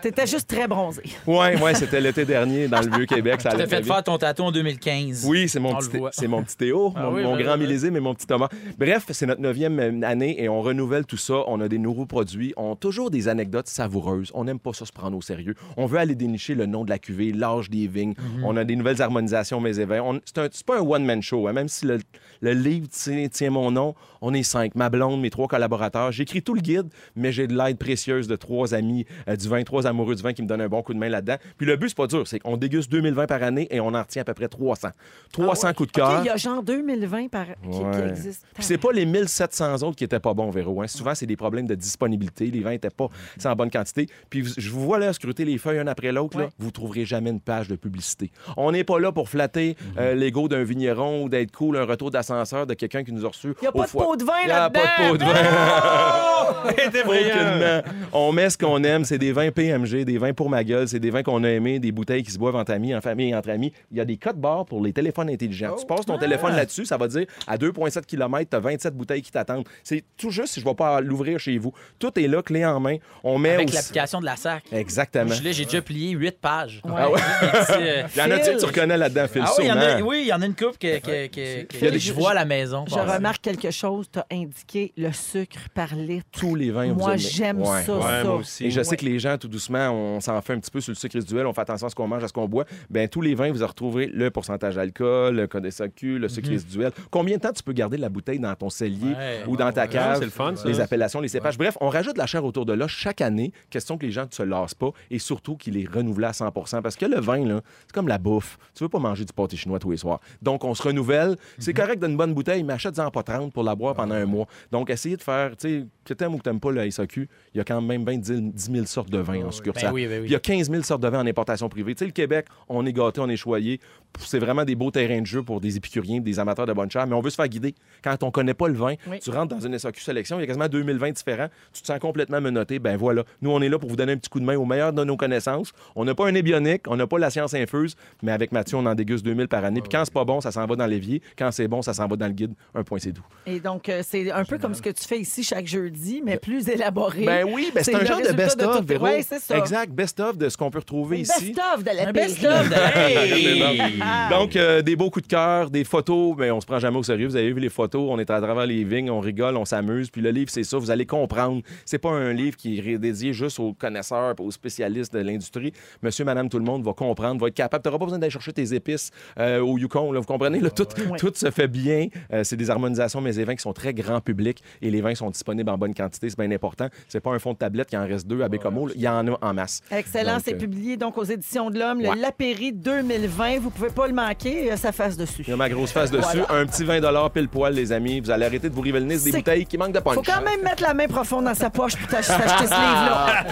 C: t'étais juste très bronzé.
J: Oui, ouais, c'était l'été dernier dans le Vieux-Québec. Ça
E: Tu
J: allait
E: t'es
J: très
E: fait
J: vite.
E: faire ton tatou en 2015.
J: Oui, c'est mon,
E: On le
J: petit-
E: voit.
J: c'est mon petit Théo,
E: Ah
J: mon,
E: oui,
J: mon
E: ben,
J: grand
E: ben, ben.
J: millésime et mon petit Thomas. Bref, c'est notre neuvième euh, année et on renouvelle tout ça. On a des nouveaux produits, on a toujours des anecdotes savoureuses. On n'aime pas ça se prendre au sérieux. On veut aller dénicher le nom de la cuvée, l'âge des vignes. On a des nouvelles harmonisations, mes éveils. On- C'est un- c'est pas un one-man show, hein, même si le, le livre tient, tient mon nom. On est cinq, ma blonde, mes trois collaborateurs. J'écris tout le guide, mais j'ai de l'aide précieuse de trois amis euh, du vin, trois amoureux du vin qui me donnent un bon coup de main là-dedans. Puis le but, c'est pas dur, c'est qu'on déguste 2020 par année et on en retient à peu près 300. 300 coups de
C: OK,
J: cœur.
C: il y a genre 2020 par... qui, qui
J: Ouais.
C: existe.
J: Puis c'est pas les 1700 autres qui étaient pas bons, Véro. hein. Souvent, c'est des problèmes de disponibilité. Les vins étaient pas en bonne quantité. Puis vous- je vous vois là scruter les feuilles un après l'autre. là. Vous trouverez jamais une page de publicité. On n'est pas là pour flatter
C: Mhm.
J: euh, l'ego d'un vigneron ou d'être cool, un retour d'ascenseur de quelqu'un qui nous a reçu.
C: Il n'y a
J: au
C: pas de
J: foie.
C: pot de vin
J: Il y a
C: là-dedans.
J: pas de pot de vin. Aucunement. On met ce qu'on aime. C'est des vins PMG, des vins pour ma gueule. C'est des vins qu'on a aimés, des bouteilles qui se boivent entre amis, en famille, entre amis. Il y a des codes barres pour les téléphones intelligents. Tu passes ton téléphone là-dessus, ça va dire à 2,7 km, tu as 27 bouteilles qui t'attendent. C'est tout juste si je ne vais pas l'ouvrir chez vous. Tout est là, clé en main. On met
E: Avec
J: aussi-
E: l'application de la SAC.
J: Exactement.
E: Je l'ai, j'ai déjà plié huit pages.
J: Ah ouais?
E: Des petits, euh,
J: Il y en a tu sais, tu reconnais là-dedans, Phil,
E: Ah oui, il y en a,
J: sûrement.
E: oui, il y en a une coupe que, que- que- que-
J: Il y a des-
E: je vois à la maison.
C: Je
E: passer.
C: remarque quelque chose. Tu as indiqué le sucre par litre.
J: Tous les vins, vous
C: Moi,
J: aimez.
C: j'aime
J: Ouais.
C: ça,
A: Ouais,
C: ça.
A: moi aussi.
J: Et je sais
C: Ouais.
J: que les gens, tout doucement, on s'en fait un petit peu sur le sucre résiduel, on fait attention à ce qu'on mange, à ce qu'on boit. Bien, tous les vins, vous en retrouverez le pourcentage d'alcool, le code de SAQ, le sucre résiduel. Combien de temps tu peux garder la bouteille dans ton cellier
E: Mhm. Ouais.
J: ou dans ta cave?
A: c'est le fun, ça.
J: Les appellations, les cépages. Bref, on rajoute de la chair autour de là chaque année. Question que les gens ne se lassent pas et surtout qu'il est renouvelé à 100
E: Mhm.
J: Parce que le vin, là, c'est comme la bouffe. Tu veux pas manger du pâté chinois tous les soirs. Donc, on se renouvelle. C'est correct une bonne bouteille, mais achète-en pas 30 pour la boire pendant un mois. Donc, essayez de faire, tu sais, que t'aimes ou que t'aimes pas le SAQ, il y a quand même 20 000 10 000 sortes de vins en succursale.
E: Ben oui, ben oui.
J: Puis Il y a 15 000 sortes de vins en importation privée. Tu sais, le Québec, on est gâté, on est choyé. C'est vraiment des beaux terrains de jeu pour des épicuriens, des amateurs de bonne chère, mais on veut se faire guider. Quand on connaît pas le vin,
C: Oui.
J: tu rentres dans une SAQ sélection, il y a quasiment 2000 vins différents, tu te sens complètement menotté. Ben voilà, nous, on est là pour vous donner un petit coup de main au meilleur de nos connaissances. On n'a pas un ébionique, on n'a pas la science infuse, mais avec Mathieu, on en déguste 2000 par année. Puis quand c'est pas bon, ça s'en va dans l'évier. Quand c'est bon, ça s'en va dans le guide. Un point, c'est doux.
C: Et donc, euh, c'est un peu comme ce que tu fais ici chaque jeudi, mais plus élaboré.
J: Ben oui, ben c'est un
C: le
J: genre de
C: résultat
J: best-of,
C: tout-
J: Véro.
C: Ouais, c'est ça.
J: Exact, best-of de ce qu'on peut retrouver ici.
C: Best-of Hein? de la
E: best-of de la- Hey!
J: Donc, euh, des beaux coups de cœur, des photos, mais on se prend jamais au sérieux. Vous avez vu les photos, on est à travers les vignes, on rigole, on s'amuse. Puis le livre, c'est ça, vous allez comprendre. C'est pas un livre qui est dédié juste aux connaisseurs, aux spécialistes de l'industrie. Monsieur, madame, tout le monde va comprendre, va être capable. T'auras pas besoin d'aller chercher tes épices euh, au Yukon, là, vous comprenez? Là, tout, tout se fait bien. Euh, c'est des harmonisations, mais des vins qui sont très grand public et les vins sont disponibles en bonne quantité, c'est bien important. C'est pas un fond de tablette qui en reste deux à Bécomo, là. il y en a en masse.
C: Excellent,
J: Donc,
C: c'est
J: euh,
C: publié donc aux Éditions de l'Homme,
J: Ouais.
C: le Lapéry 2020. Vous pouvez pas le manquer, euh, ça face dessus.
J: Il y a ma grosse face dessus. Un petit 20 pile poil, les amis. Vous allez arrêter de vous river le nez sur des
C: C'est-
J: bouteilles qui manquent de punch.
C: Faut quand même mettre la main profonde dans sa poche pour t'ach- s'acheter ce livre-là.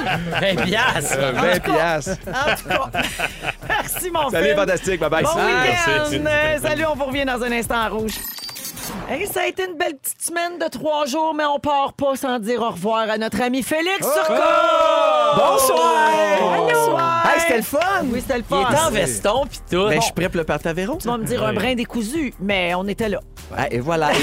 E: 20 piastres.
J: Euh, 20 piastres.
C: En tout cas, merci mon
J: Salut,
C: Phil.
J: fantastique. Bye-bye.
C: Bon
A: Merci.
C: week-end. Euh, Salut, on vous revient dans un instant à rouge. Hey, ça a été une belle petite semaine de trois jours, mais on part pas sans dire au revoir à notre ami Félix Turcot.
K: Bonsoir!
C: Bonsoir!
K: Hey, c'était le fun!
C: Oui, c'était le
E: Il
C: fun.
E: est en veston pis tout.
K: Ben,
E: Bon.
K: je suis prêt pour le party à Véro.
C: Tu vas me dire un
A: Oui.
C: brin décousu, mais on était là.
K: Ah, et voilà. Et-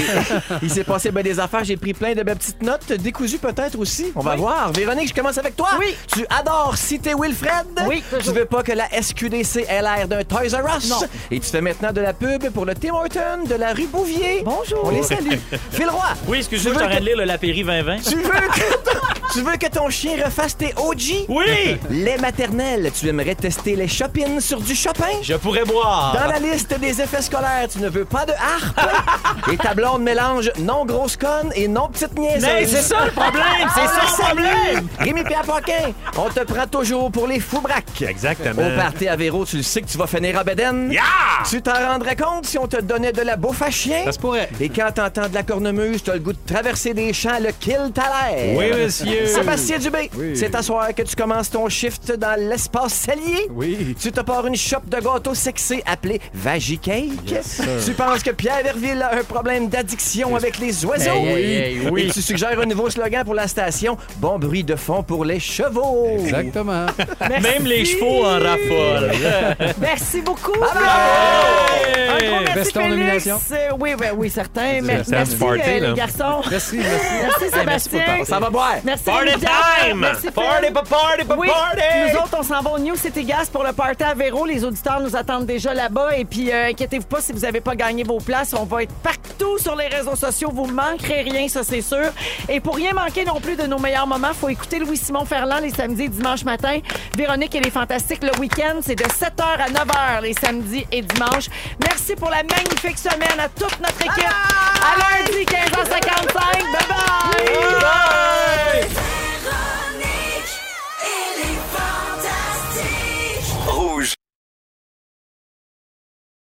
K: il s'est passé bien des affaires. J'ai pris plein de belles petites notes. Décousues peut-être aussi. On va voir. Véronique, je commence avec toi.
C: Oui.
K: Tu adores citer Wilfred.
C: Oui,
K: Tu
C: toujours.
K: veux pas que la SQDC ait l'air d'un Toys R Us.
C: Non.
K: Et tu fais maintenant de la pub pour le Tim Horton de la rue Bouvier. Bonjour. On les salue. Phil Roy.
E: Oui, excuse-moi, je
K: Tu veux
E: suis en train
K: que-
E: de lire le Lapéry 2020.
K: Tu veux, que ton, tu veux que ton chien refasse tes OG?
E: Oui!
K: Les maternelles, tu aimerais tester les shoppings sur du Chopin?
E: Je pourrais boire.
K: Dans la liste des effets scolaires, tu ne veux pas de harpe. et ta blonde mélange non grosse conne et non petite niaiseuse. Ah,
E: Mais c'est ça le problème! C'est ça le problème!
K: Rémi Pierre Paquin, on te prend toujours pour les fous braques.
A: Exactement.
K: Au party à Véro, tu le sais que tu vas finir à Beden.
A: Yeah!
K: Tu t'en rendrais compte si on te donnait de la bouffe à chien?
A: Ça se pourrait.
K: Et quand t'entends de la cornemuse, t'as le goût de traverser des champs, le kill t'a l'air.
A: Oui, monsieur.
K: Sébastien Dubé,
B: Oui.
K: c'est à soir que tu commences ton shift dans l'espace cellier.
B: Oui.
K: Tu te pars une shop de gâteaux sexy appelée Vagicake. tu penses que Pierre Verville a un problème d'addiction avec les oiseaux.
E: Hey, hey, hey, oui.
K: Et tu suggères un nouveau slogan pour la station Bon bruit de fond pour les chevaux.
B: Exactement.
E: Même les chevaux en raffolent.
C: Merci beaucoup. Un gros merci,
B: Veston
C: Félix.
B: nomination.
C: Euh, Oui, oui, oui, certain. Mer-
A: ça,
C: Merci,
A: c'est party,
C: euh,
A: là.
C: les garçons.
B: Merci, merci.
C: Merci, Sébastien.
K: Ça va boire.
C: Merci,
E: Party
C: Olivia.
E: time!
C: Merci, Phil.
E: Party, pas party, pas
C: oui,
E: party!
C: Nous autres, on s'en va au New City Gas pour le party à Véro. Les auditeurs nous attendent déjà là-bas. Et puis, euh, inquiétez-vous pas si vous n'avez pas gagné vos places. On va être partout sur les réseaux sociaux. Vous manquerez rien, ça, c'est sûr. Et pour rien manquer non plus de nos meilleurs moments, faut écouter Louis-Simon Ferland les samedis et dimanches matin. Véronique et les Fantastiques le week-end. C'est de 7h à 9h les samedis et dimanches. Merci pour la magnifique semaine à toute notre équipe. À lundi, 15h55. Bye-bye!